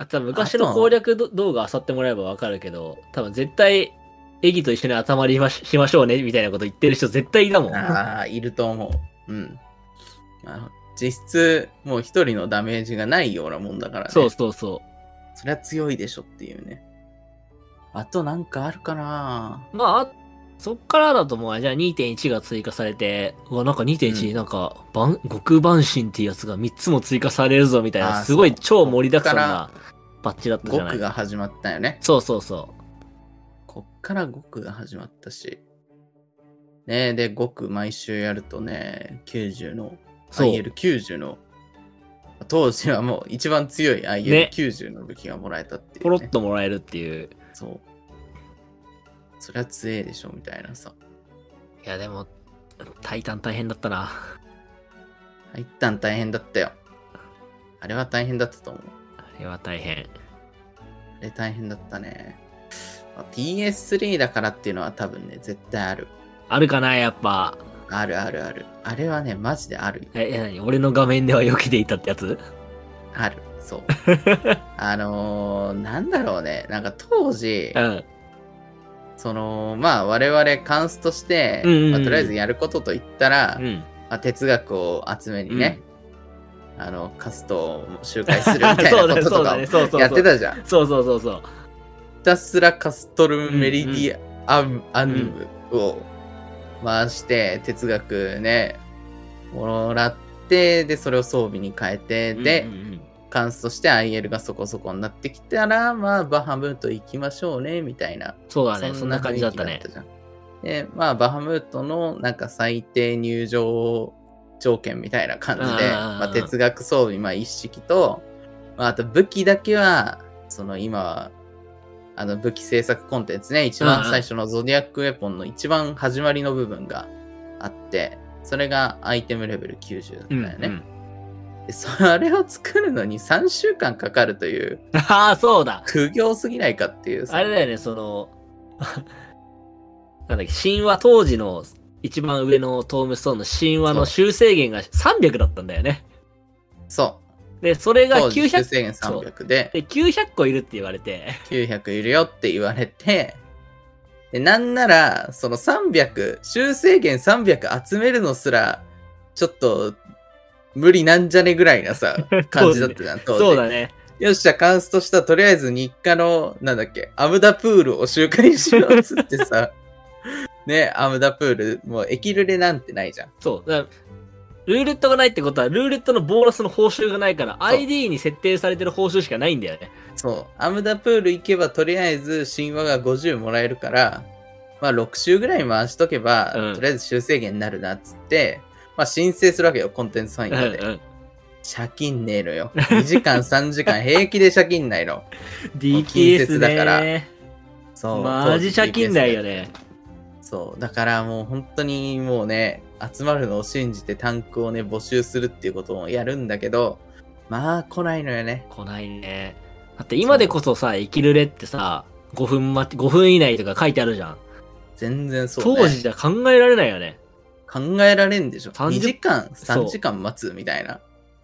[SPEAKER 2] あとは昔の攻略ど動画漁ってもらえばわかるけど、多分絶対、エギと一緒に頭割りまししましょうね、みたいなこと言ってる人絶対いたもん。
[SPEAKER 1] ああ、いると思う。うん。まあ、実質、もう一人のダメージがないようなもんだからね。
[SPEAKER 2] そうそうそ
[SPEAKER 1] そりゃ強いでしょっていうね。あとなんかあるかな
[SPEAKER 2] う。まああ、そっからだともうあれじゃあ2.1が追加されて、うわ、なんか2.1、
[SPEAKER 1] うん
[SPEAKER 2] なんか、万極万神っていうやつが3つも追加されるぞ、みたい
[SPEAKER 1] あ
[SPEAKER 2] な、
[SPEAKER 1] ー
[SPEAKER 2] すごい
[SPEAKER 1] そう
[SPEAKER 2] 超盛りだくさん
[SPEAKER 1] そ
[SPEAKER 2] なバッチだったじゃ
[SPEAKER 1] 5
[SPEAKER 2] な
[SPEAKER 1] 区
[SPEAKER 2] い。
[SPEAKER 1] が始まったよね。
[SPEAKER 2] そうそうそ
[SPEAKER 1] こっから5区が始まったし。ねえ、で、5区毎週やるとね、90の、
[SPEAKER 2] そう。
[SPEAKER 1] IL90 の、当時はもう一番強い IL90 の武器がもらえたっていうう、ね
[SPEAKER 2] ポロッともらえるっていう。
[SPEAKER 1] そう。そりゃ強えでしょ、みたいなさ。
[SPEAKER 2] いや、でも、タイタン大変だったな。
[SPEAKER 1] 一旦大変だったよ。あれは大変だったと思う。
[SPEAKER 2] あれは大変。
[SPEAKER 1] あれ大変だったね。まあ PS3 だからっていうのは多分ね、絶対ある。
[SPEAKER 2] あるかな、やっぱ。
[SPEAKER 1] あるあるある。あれはね、マジであるよ。
[SPEAKER 2] え、え、何俺の画面では避けていたってやつ
[SPEAKER 1] ある。 そう。あのーなんだろうね。なんか当時
[SPEAKER 2] う、ん。
[SPEAKER 1] その、まあ我々カンスとして、
[SPEAKER 2] うんうんうん
[SPEAKER 1] まあ、とりあえずやることといったら
[SPEAKER 2] う、ん。
[SPEAKER 1] まあ、哲学を集めにね、あの、カストを集会するみ
[SPEAKER 2] あ
[SPEAKER 1] たい
[SPEAKER 2] そう
[SPEAKER 1] な
[SPEAKER 2] だね、
[SPEAKER 1] こと
[SPEAKER 2] そ
[SPEAKER 1] と
[SPEAKER 2] うだ
[SPEAKER 1] か
[SPEAKER 2] ね、そうそうそ
[SPEAKER 1] を
[SPEAKER 2] う。
[SPEAKER 1] やってたじゃん。
[SPEAKER 2] そうそうそうそう。
[SPEAKER 1] ひたすらカストルメリディアン,、アンヌムを回して哲学ねもらってでそれを装備に変えてで、
[SPEAKER 2] うんうんうん
[SPEAKER 1] カンスとして IL がそこそこになってきたらまあバハムート行きましょうねみたいな
[SPEAKER 2] そうだね、そんな感じだった
[SPEAKER 1] 雰囲
[SPEAKER 2] ね
[SPEAKER 1] 気。じゃんでまあバハムートのなんか最低入場条件みたいな感じで
[SPEAKER 2] うんうんうん
[SPEAKER 1] まあ、哲学装備、まあ、一式と、まあ、あと武器だけはその今はあの武器制作コンテンツね一
[SPEAKER 2] うん
[SPEAKER 1] 番
[SPEAKER 2] うん
[SPEAKER 1] 最初のゾディアックウェポンの一番始まりの部分があってそれがアイテムレベル90だったよね、
[SPEAKER 2] うんうん
[SPEAKER 1] でそれを作るのに3週間かかるという
[SPEAKER 2] ああ、そうだ。
[SPEAKER 1] 苦行すぎないかっていう
[SPEAKER 2] あれだよね、その、 なんだっけ、神話当時の一番上のトームストーンの神話の修正源が300だったんだよね。
[SPEAKER 1] そう
[SPEAKER 2] で、それが
[SPEAKER 1] 当時修
[SPEAKER 2] 900、
[SPEAKER 1] 正源300で
[SPEAKER 2] で900個いるって言われて、
[SPEAKER 1] 900いるよって言われてでなんならその300修正源300集めるのすらちょっと無理なんじゃねぐらいな さ感じだったじゃん当時
[SPEAKER 2] そうだね。
[SPEAKER 1] よっしゃカンスとしたらとりあえず日課のなんだっけアムダプールを周回しようっつって さねアムダプールもう駅ルレなんてないじゃん
[SPEAKER 2] そう。だからルーレットがないってことは、ルーレットのボーナスの報酬がないから、ID に設定されてる報酬しかないんだよね。
[SPEAKER 1] そうアムダプール行けばとりあえず神話が50もらえるからまあ6週ぐらい回しとけば、
[SPEAKER 2] うん
[SPEAKER 1] とりあえず修正源になるなっつってまあ申請するわけよコンテンツファイン
[SPEAKER 2] う
[SPEAKER 1] ダ
[SPEAKER 2] ん
[SPEAKER 1] ーで、
[SPEAKER 2] うん。
[SPEAKER 1] 借金ねえのよ2時 間3時間平気で借金ないの
[SPEAKER 2] DPS だ
[SPEAKER 1] だか
[SPEAKER 2] か
[SPEAKER 1] らら。そう
[SPEAKER 2] マジ借金ないよね。
[SPEAKER 1] そうだからもう本当にもうね集まるのを信じてタンクをね募集するっていうこともやるんだけどまあ来ないのよね
[SPEAKER 2] 来ないね。だって今でこそさ、生きるれってさ、5分待ち、5分以内とか書いてあるじゃん。
[SPEAKER 1] 全然そう、ね、
[SPEAKER 2] 当時じゃ考えられないよね。
[SPEAKER 1] 考えられんでしょ
[SPEAKER 2] 30
[SPEAKER 1] 2時間
[SPEAKER 2] そう
[SPEAKER 1] 3時間待つみたいな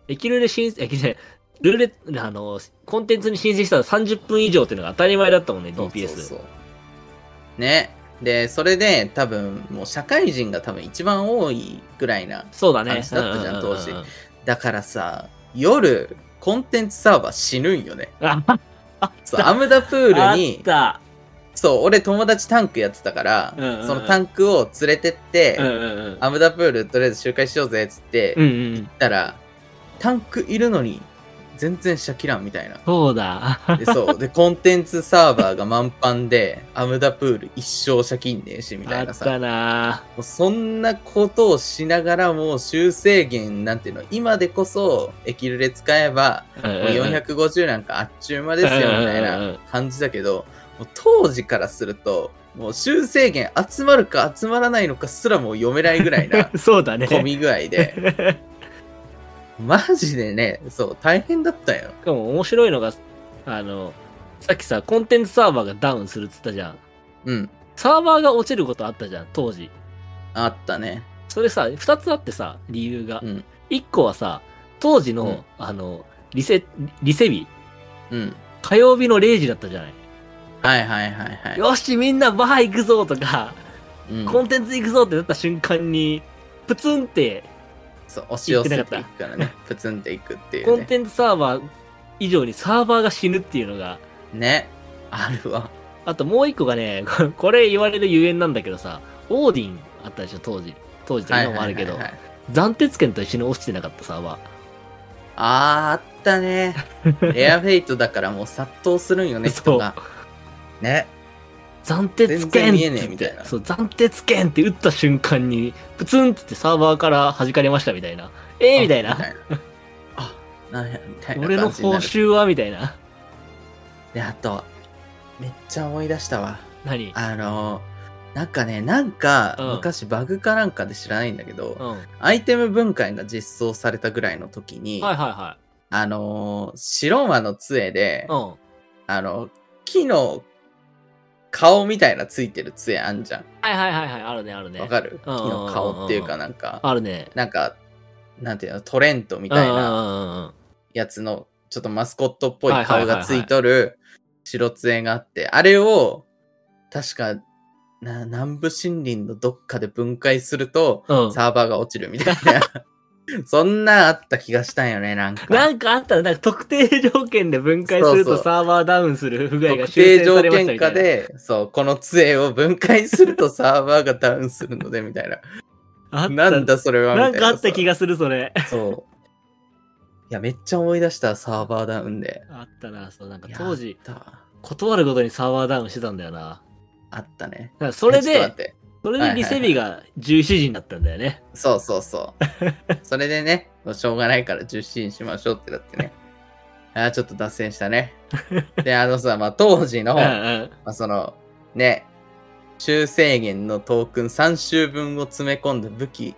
[SPEAKER 2] 生きるれ申請、生きるれ、ルーレット、あの、コンテンツに申請したら30分以上っていうのが当たり前だったもんね、DPS。
[SPEAKER 1] そうそうそうねでそれで多分もう社会人が多分一番多いぐらいな
[SPEAKER 2] そうだね。
[SPEAKER 1] 話だったじゃん
[SPEAKER 2] ううう
[SPEAKER 1] 当
[SPEAKER 2] う
[SPEAKER 1] 時だからさ夜コンテンツサーバー死ぬんよね
[SPEAKER 2] ああっ
[SPEAKER 1] そうアムダプールに
[SPEAKER 2] た。
[SPEAKER 1] そう俺友達タンクやってたから、
[SPEAKER 2] うんうんうん
[SPEAKER 1] そのタンクを連れてって、
[SPEAKER 2] うんうんうん。
[SPEAKER 1] アムダプールとりあえず周回しようぜっつって、
[SPEAKER 2] うんうん。
[SPEAKER 1] 行ったらタンクいるのに全然シャキランみたいな。
[SPEAKER 2] そうだ。
[SPEAKER 1] で、そう。で、コンテンツサーバーが満帆で、アムダプール一生シャキんねえし、みた
[SPEAKER 2] あ
[SPEAKER 1] いな
[SPEAKER 2] っ
[SPEAKER 1] さ。
[SPEAKER 2] たな
[SPEAKER 1] もうそんなことをしながらも、修正源なんていうの、今でこそ、エキルレ使えば、
[SPEAKER 2] ぁ。
[SPEAKER 1] も
[SPEAKER 2] も
[SPEAKER 1] う450なんかあっちゅう間ですよ、みたいな感じだけど、もう当時からすると、もう修正源集まるか集まらないのかすらもう読めないぐらいな
[SPEAKER 2] そう だね。
[SPEAKER 1] 混み具合で、 マジでね、そう、大変だったよ。
[SPEAKER 2] しかも面白いのが、あの、さっきさ、コンテンツサーバーがダウンするっつったじゃん。
[SPEAKER 1] うん、
[SPEAKER 2] サーバーが落ちることあったじゃん、当時。
[SPEAKER 1] あったね。
[SPEAKER 2] それさ、二つあってさ、理由が
[SPEAKER 1] う。ん、
[SPEAKER 2] 一、個はさ、当時の、
[SPEAKER 1] うん
[SPEAKER 2] あの、リセ、リセ日、
[SPEAKER 1] うん。
[SPEAKER 2] 火曜日の0時だったじゃない。
[SPEAKER 1] はいはいはいはい。
[SPEAKER 2] よし、みんなバー行くぞとか、
[SPEAKER 1] うん、
[SPEAKER 2] コンテンツ行くぞってなった瞬間に、プツンって、
[SPEAKER 1] そう、押し寄せていくからね、プツンっていくってい
[SPEAKER 2] コ
[SPEAKER 1] う
[SPEAKER 2] ン
[SPEAKER 1] ね。
[SPEAKER 2] テンツサーバー以上にサーバーが死ぬっていうのが、
[SPEAKER 1] ね、あるわ。
[SPEAKER 2] あともう一個がね、 ここれ言われるゆえんなんだけどさ、オーディンあったでしょ、当時。当時と今もあるけど
[SPEAKER 1] はいはい、はいはい
[SPEAKER 2] 斬鉄剣と一緒に落ちてなかったサーバ
[SPEAKER 1] あー、あった ね。レアフェイトだからもう殺到するんよね、
[SPEAKER 2] そう
[SPEAKER 1] 人が。ね。
[SPEAKER 2] ー。斬鉄
[SPEAKER 1] 全然
[SPEAKER 2] 剣っ
[SPEAKER 1] 見え
[SPEAKER 2] て
[SPEAKER 1] ねえ
[SPEAKER 2] 言っ
[SPEAKER 1] みたい
[SPEAKER 2] て
[SPEAKER 1] な、
[SPEAKER 2] そう、斬鉄剣って打った瞬間に、プツンってってサーバーから弾かれましたみたいな。えー、みたい
[SPEAKER 1] あみた
[SPEAKER 2] な。
[SPEAKER 1] いな。あ、なんや、みたいな
[SPEAKER 2] 俺の
[SPEAKER 1] 感じに
[SPEAKER 2] 報
[SPEAKER 1] なる。
[SPEAKER 2] 酬はみたいな。
[SPEAKER 1] で、あと、めっちゃ思い出したわ。
[SPEAKER 2] 何
[SPEAKER 1] あの、なんかね、なんか、
[SPEAKER 2] うん
[SPEAKER 1] 昔バグかなんかで知らないんだけど、
[SPEAKER 2] うん。はい
[SPEAKER 1] アイテム分解が実装されたぐらいの時に、
[SPEAKER 2] はいは
[SPEAKER 1] あのー、白魔の杖で
[SPEAKER 2] い。、うん。
[SPEAKER 1] あの、木の顔みたいなついてる杖あんじゃん。
[SPEAKER 2] はいはいはいはい。あるね、あるね。
[SPEAKER 1] わかる木
[SPEAKER 2] うんうんうんうんうん
[SPEAKER 1] の顔っていうかなんか、
[SPEAKER 2] あるね。
[SPEAKER 1] なんか、なんていうの、トレントみたいな
[SPEAKER 2] うんうんうんうんうん。
[SPEAKER 1] やつの、ちょっとマスコットっぽ
[SPEAKER 2] はいいはい
[SPEAKER 1] 顔
[SPEAKER 2] はいはい
[SPEAKER 1] がついとる白杖があって、あれを、確か、な南部森林のどっかで分解すると、
[SPEAKER 2] うん
[SPEAKER 1] サーバーが落ちるみたいな。 そんなんあった気がしたんよね、なんか。
[SPEAKER 2] なんかあったら、なんか特定条件で分解する
[SPEAKER 1] そう
[SPEAKER 2] と
[SPEAKER 1] そう
[SPEAKER 2] サーバーダウンする不具合が
[SPEAKER 1] 特
[SPEAKER 2] 修
[SPEAKER 1] 定
[SPEAKER 2] 正
[SPEAKER 1] 条
[SPEAKER 2] されました
[SPEAKER 1] 件
[SPEAKER 2] みた
[SPEAKER 1] 下
[SPEAKER 2] いな。
[SPEAKER 1] で、そう、この杖を分解すると サーバーがダウンするので、みたいな。
[SPEAKER 2] あった
[SPEAKER 1] なんだそれはみ
[SPEAKER 2] な
[SPEAKER 1] たい
[SPEAKER 2] ん
[SPEAKER 1] な。
[SPEAKER 2] かあった気がする、それ。
[SPEAKER 1] そう。いや、めっちゃ思い出した、サーバーダウンで。
[SPEAKER 2] あったな、そう、なんか当時、
[SPEAKER 1] やった
[SPEAKER 2] 断るごとにサーバーダウンしてたんだよな。
[SPEAKER 1] あったね。
[SPEAKER 2] だからそれ
[SPEAKER 1] えちょっと待っ
[SPEAKER 2] で、
[SPEAKER 1] て
[SPEAKER 2] それでリセ日が17時になったんだよね。
[SPEAKER 1] そうそうそう。 それでね、もうしょうがないから受信しましょうってなってね。ああ、ちょっと脱線したね。 で、あのさ、まあ、当時の、
[SPEAKER 2] うんう
[SPEAKER 1] ま
[SPEAKER 2] ん。
[SPEAKER 1] あ、その、ね、修正源のトークン3周分を詰め込んだ武器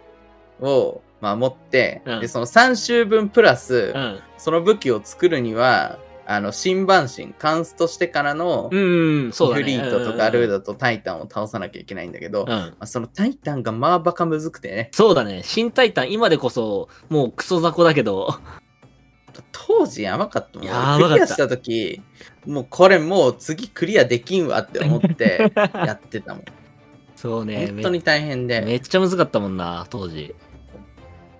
[SPEAKER 1] を、まあ、持って、
[SPEAKER 2] うん
[SPEAKER 1] で、その3周分プラス、
[SPEAKER 2] うん。
[SPEAKER 1] その武器を作るには、あの、新版神、カンストしてからの、
[SPEAKER 2] うん、そうだね。
[SPEAKER 1] フリートとかルー
[SPEAKER 2] だ。
[SPEAKER 1] ダとタイタンを倒さなきゃいけないんだけど、
[SPEAKER 2] う
[SPEAKER 1] ま
[SPEAKER 2] ん。
[SPEAKER 1] あそのタイタンがまあバカむずくてね、
[SPEAKER 2] そうだね。新タイタン、今でこそ、もうクソ雑魚だけど、
[SPEAKER 1] 当時やばかったもん。
[SPEAKER 2] やばかった
[SPEAKER 1] クリアした時、もうこれもう次クリアできんわって思って やってたもん。
[SPEAKER 2] そうね。
[SPEAKER 1] 本当に大変
[SPEAKER 2] めめ
[SPEAKER 1] で、
[SPEAKER 2] っちゃ難かったもんな、当時。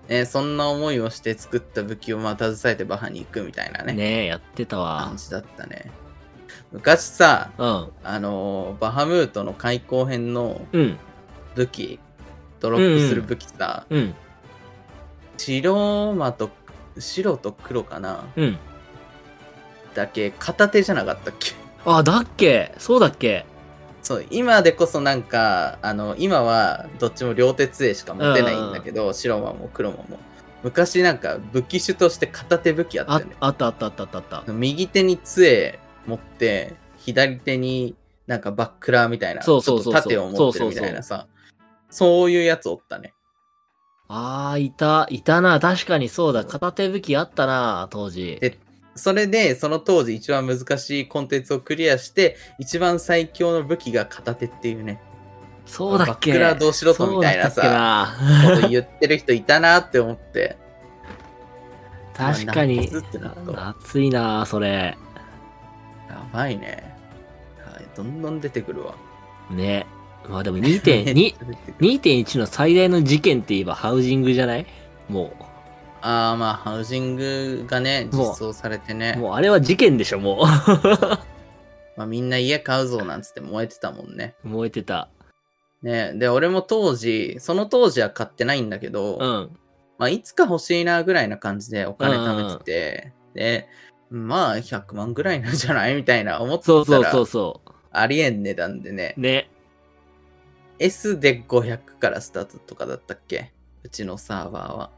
[SPEAKER 1] ね、そんな思いをして作った武器をまた携えてバハに行くみたいなね、
[SPEAKER 2] ねえ、やってたわ
[SPEAKER 1] 感。じだったね。昔さ、
[SPEAKER 2] うん。
[SPEAKER 1] あのーバハムートの開港編の
[SPEAKER 2] うん。
[SPEAKER 1] 武器、ドロップする武器さ、
[SPEAKER 2] うん。
[SPEAKER 1] 白馬と白と黒かな
[SPEAKER 2] うん。
[SPEAKER 1] だけ片手じゃなかったっけ
[SPEAKER 2] あ、だっけそうだっけ
[SPEAKER 1] そう今でこそなんかあの今はどっちも両手杖しか持てないんだけど白馬も黒馬も昔なんか武器種として片手武器あった
[SPEAKER 2] あ
[SPEAKER 1] よね
[SPEAKER 2] あったあったあったあったあった。
[SPEAKER 1] 右手に杖持って左手になんかバックラーみたいな
[SPEAKER 2] そうそうそうそう
[SPEAKER 1] ちょっと盾を持ってるみたいなさそういうやつおったね
[SPEAKER 2] ああ、いた、いたな。確かにそうだ。片手武器あったな、当時。
[SPEAKER 1] でそれで、その当時一番難しいコンテンツをクリアして、一番最強の武器が片手っていうね、
[SPEAKER 2] そうだっけ
[SPEAKER 1] バックラどうしろとみたいなさ
[SPEAKER 2] そうだったっけな
[SPEAKER 1] こと言ってる人いたなって思って。
[SPEAKER 2] 確かに
[SPEAKER 1] 夏ってなると。や
[SPEAKER 2] 熱いな、それ。
[SPEAKER 1] ばいね。はい、どんどん出てくるわ。
[SPEAKER 2] ね。まあでも
[SPEAKER 1] めっ
[SPEAKER 2] 2.2
[SPEAKER 1] ち、ゃ出てくる
[SPEAKER 2] 2.1の最大の事件って言えばハウジングじゃないも
[SPEAKER 1] ああ、まあ、ハウジングがね、
[SPEAKER 2] もう
[SPEAKER 1] 実装されてね
[SPEAKER 2] う、、もうあれは事件でしょ、も
[SPEAKER 1] まあ、みんな家買うぞなんつって燃えてたもんね。
[SPEAKER 2] う。 燃えてた。
[SPEAKER 1] ねで、俺も当時、その当時は買ってないんだけど、
[SPEAKER 2] うん。
[SPEAKER 1] まあ、いつか欲しいなぐらいな感じでお金貯めてて、て、まあ100万ぐらいなんじゃない みたいな思って
[SPEAKER 2] そう
[SPEAKER 1] た
[SPEAKER 2] そうそう
[SPEAKER 1] ら、
[SPEAKER 2] そ
[SPEAKER 1] ありえん値段でね
[SPEAKER 2] う。。ね。
[SPEAKER 1] S で500からスタートとかだったっけうちのサーバーは。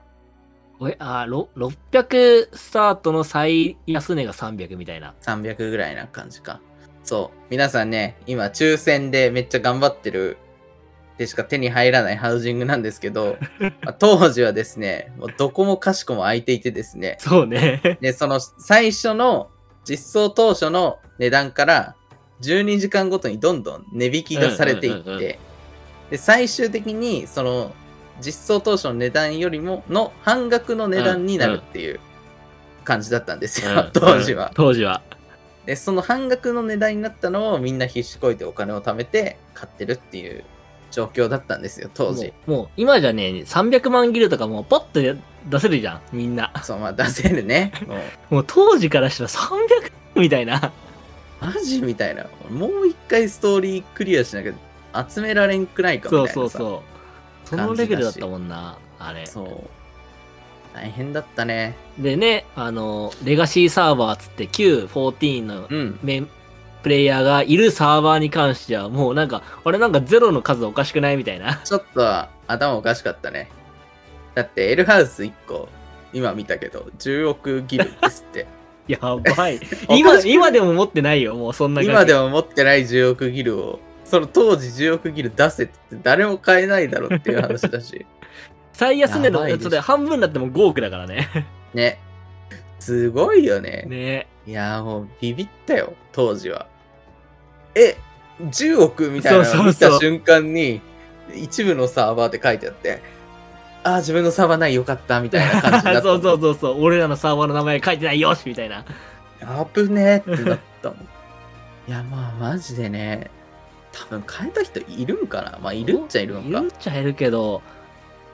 [SPEAKER 2] おえ、あー、ろ600スタートの最安値が300みたいな。
[SPEAKER 1] 300ぐらいな感じか。そう。皆さんね、今、抽選でめっちゃ頑張ってるでしか手に入らないハウジングなんですけ ど、まあ当時はですね、もうどこもかしこも空いていてですね、
[SPEAKER 2] そうね。
[SPEAKER 1] で、その最初の実装当初の値段から12時間ごとにどんどん値引きがされていって、
[SPEAKER 2] うんうんうんう
[SPEAKER 1] で、最終的にその実装当初の値段よりもの半額の値段になるっていう感じだったんですよ、
[SPEAKER 2] うん
[SPEAKER 1] 当時は。
[SPEAKER 2] うん当時は。
[SPEAKER 1] でその半額の値段になったのをみんな必死こいてお金を貯めて買ってるっていう状況だったんですよ当時
[SPEAKER 2] もうもう今じゃね、300万ギルとかもうポッと出せるじゃん、みんな。
[SPEAKER 1] そうまあ出せる ねもう
[SPEAKER 2] もう当時からしたら300みたいな。
[SPEAKER 1] マジみたいなもう一回ストーリークリアしなきゃ集められんくないかみたい
[SPEAKER 2] そ
[SPEAKER 1] な
[SPEAKER 2] う
[SPEAKER 1] さ
[SPEAKER 2] そうそう。そのレベルだったもんな、あれ。
[SPEAKER 1] そう大変だったね
[SPEAKER 2] でね、あの、レガシーサーバーつって Q14 の
[SPEAKER 1] うん
[SPEAKER 2] メンプレイヤーがいるサーバーに関してはもうなんか、あれなんかゼロの数おかしくないみたいな。
[SPEAKER 1] ちょっとは頭おかしかったねだって L ハウス1個今見たけど10億ギルですって
[SPEAKER 2] やばい。
[SPEAKER 1] お
[SPEAKER 2] 今
[SPEAKER 1] かし、くない
[SPEAKER 2] 今でも持ってないよ、もうそんな
[SPEAKER 1] 今で
[SPEAKER 2] も。
[SPEAKER 1] も持ってない10億ギルを、その当時10億ギル出せって誰も買えないだろっていう話だ し、
[SPEAKER 2] 最安値の
[SPEAKER 1] やばい
[SPEAKER 2] や
[SPEAKER 1] で
[SPEAKER 2] つ
[SPEAKER 1] す
[SPEAKER 2] で半分だってもう5億だからね。
[SPEAKER 1] ね。すごいよね。
[SPEAKER 2] ね
[SPEAKER 1] いやーもうビビったよ、当時は。え、10億みたいな
[SPEAKER 2] そ
[SPEAKER 1] の
[SPEAKER 2] うそ
[SPEAKER 1] 見
[SPEAKER 2] うそう
[SPEAKER 1] た瞬間に、一部のサーバーで書いてあって、ああ、自分のサーバーないよかったみたいな感じになった。
[SPEAKER 2] そうそうそうそう。俺らのサーバーの名前書いてないよしみたいな。
[SPEAKER 1] あぶねえってなったもん。いや、まあマジでね、多分変えた人いるんかなまあいるっちゃいるんか
[SPEAKER 2] い。るっちゃいるけど、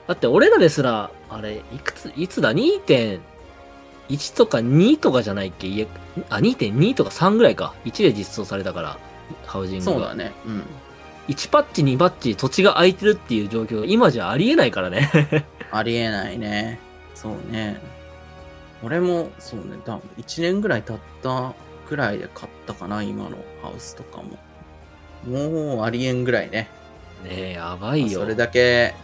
[SPEAKER 2] だって俺らですら、あれ、いくつ、いつだ、2.1とか2とかじゃないっけいえあ、2.2とか3ぐらいか。1で実装されたから、ハウジングが。
[SPEAKER 1] そうだね。うん。
[SPEAKER 2] 1パッチ、2パッチ、土地が空いてるっていう状況が今じゃありえないからね。
[SPEAKER 1] ありえないね。そうね。俺も、そうね、多分1年ぐらい経ったくらいで買ったかな、今のハウスとかも。もうありえんぐらいね。
[SPEAKER 2] ねえ、やばいよ。
[SPEAKER 1] それだけ、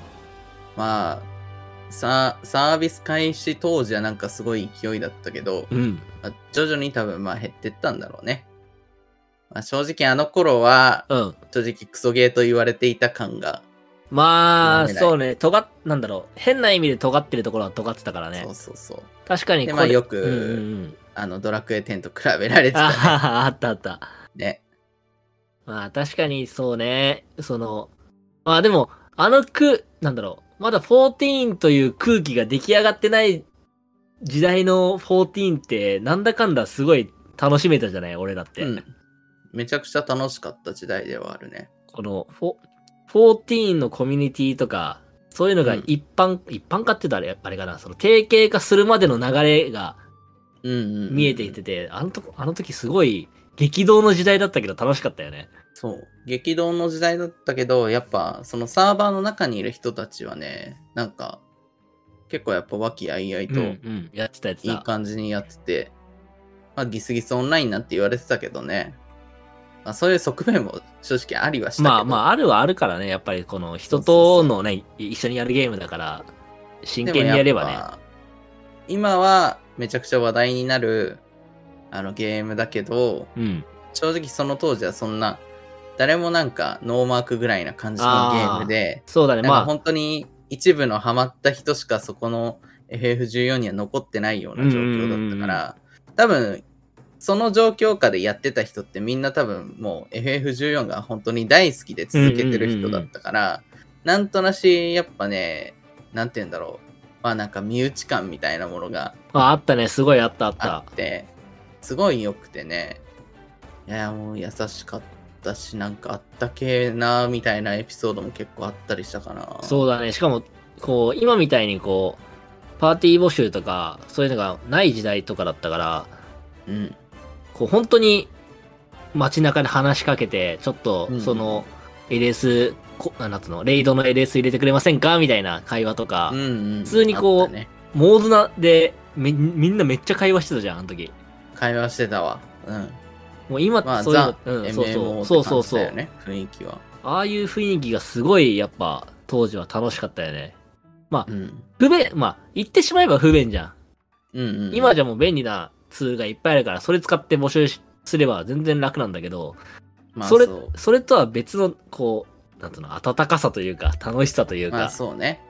[SPEAKER 1] まあ、さサービス開始当時はなんかすごい勢いだったけど、
[SPEAKER 2] うん。
[SPEAKER 1] まあ徐々に多分まあ減ってったんだろうね。まあ、正直あの頃は、
[SPEAKER 2] うん。
[SPEAKER 1] 正直クソゲーと言われていた感が、
[SPEAKER 2] まあ、
[SPEAKER 1] やめない
[SPEAKER 2] そうね、尖っ、なんだろう。変な意味で尖ってるところは尖ってたからね
[SPEAKER 1] そう。そうそう。
[SPEAKER 2] 確かに
[SPEAKER 1] で
[SPEAKER 2] こ
[SPEAKER 1] まあ
[SPEAKER 2] れ
[SPEAKER 1] よく
[SPEAKER 2] うんうんうん、
[SPEAKER 1] あの、ドラクエ10と比べられて
[SPEAKER 2] あ
[SPEAKER 1] た
[SPEAKER 2] ははあったあった。
[SPEAKER 1] ね。
[SPEAKER 2] まあ確かにそうね。その、まあでも、あのく、なんだろう。まだ14という空気が出来上がってない時代の14って、なんだかんだすごい楽しめたじゃない俺だって。
[SPEAKER 1] うん、めちゃくちゃ楽しかった時代ではあるね。
[SPEAKER 2] この、フォ14のコミュニティとか、そういうのが
[SPEAKER 1] うん
[SPEAKER 2] 一般、一般化って言うとあれあれかな、その定型化するまでの流れが
[SPEAKER 1] うんうん、
[SPEAKER 2] 見えていて。て、あのとこあの時すごい激動の時代だったけど楽しかったよね。
[SPEAKER 1] そう。激動の時代だったけど、やっぱそのサーバーの中にいる人たちはね、なんか結構やっぱ和気あいあいと
[SPEAKER 2] うんうん、やってたやつ
[SPEAKER 1] いい感じにやってて、まあギスギスオンラインなんて言われてたけどね。まあ、そういう側面も正直ありはしたけど。
[SPEAKER 2] まあまあ、あるはあるからね、やっぱりこの人とのね、一緒にやるゲームだから、真剣にやれば
[SPEAKER 1] でも
[SPEAKER 2] ね
[SPEAKER 1] や。っぱ今はめちゃくちゃ話題になるあのゲームだけど、
[SPEAKER 2] うん。
[SPEAKER 1] 正直その当時はそんな誰もなんかノーマークぐらいな感じのゲームで
[SPEAKER 2] そうだね、
[SPEAKER 1] まあ
[SPEAKER 2] まあ、
[SPEAKER 1] 本当に一部のハマった人しかそこの FF14 には残ってないような状況だったから多分その状況下でやってた人ってみんな多分もう FF14 が本当に大好きで続けてる人だったからなんとなしやっぱねなんて言うんだろうまあなんか身内感みたいなものが
[SPEAKER 2] まあ、あったね、すごいあったあった
[SPEAKER 1] あ。ってすごい良くてねいやもう優しかったしなんかあったけえなみたいなエピソードも結構あったりしたかな
[SPEAKER 2] そうだね、しかも、こう、今みたいにこう、パーティー募集とか、そういうのがない時代とかだったから、
[SPEAKER 1] うん
[SPEAKER 2] こう、本当に街中で話しかけて、ちょっと
[SPEAKER 1] うん、
[SPEAKER 2] その、LS、こなんつうの、レイドの LS 入れてくれませんかみたいな会話とか、
[SPEAKER 1] うんうん
[SPEAKER 2] 普通にこう
[SPEAKER 1] あったね
[SPEAKER 2] モードなでめ、みんなめっちゃ会話してたじゃん、あの時。
[SPEAKER 1] 会話してたわ。うん。
[SPEAKER 2] もう今っ
[SPEAKER 1] まあ、
[SPEAKER 2] てそういうの
[SPEAKER 1] ザ、・
[SPEAKER 2] うん、そう
[SPEAKER 1] MMO
[SPEAKER 2] そう。
[SPEAKER 1] って感
[SPEAKER 2] そう
[SPEAKER 1] じ
[SPEAKER 2] そう
[SPEAKER 1] だ
[SPEAKER 2] そ
[SPEAKER 1] よ
[SPEAKER 2] う。
[SPEAKER 1] ね。雰囲気は。
[SPEAKER 2] ああいう雰囲気がすごい、やっぱ、当時は楽しかったよね。
[SPEAKER 1] うん。
[SPEAKER 2] 不便、まあ、言ってしまえば不便じゃん。
[SPEAKER 1] うんうん、うん。
[SPEAKER 2] 今じゃもう便利なツールがいっぱいあるから、それ使って募集しすれば全然楽なんだけど、
[SPEAKER 1] まあ、
[SPEAKER 2] それ
[SPEAKER 1] う
[SPEAKER 2] それとは別の、こう、なんつうの、温かさというか、楽しさというか、
[SPEAKER 1] まあそうね。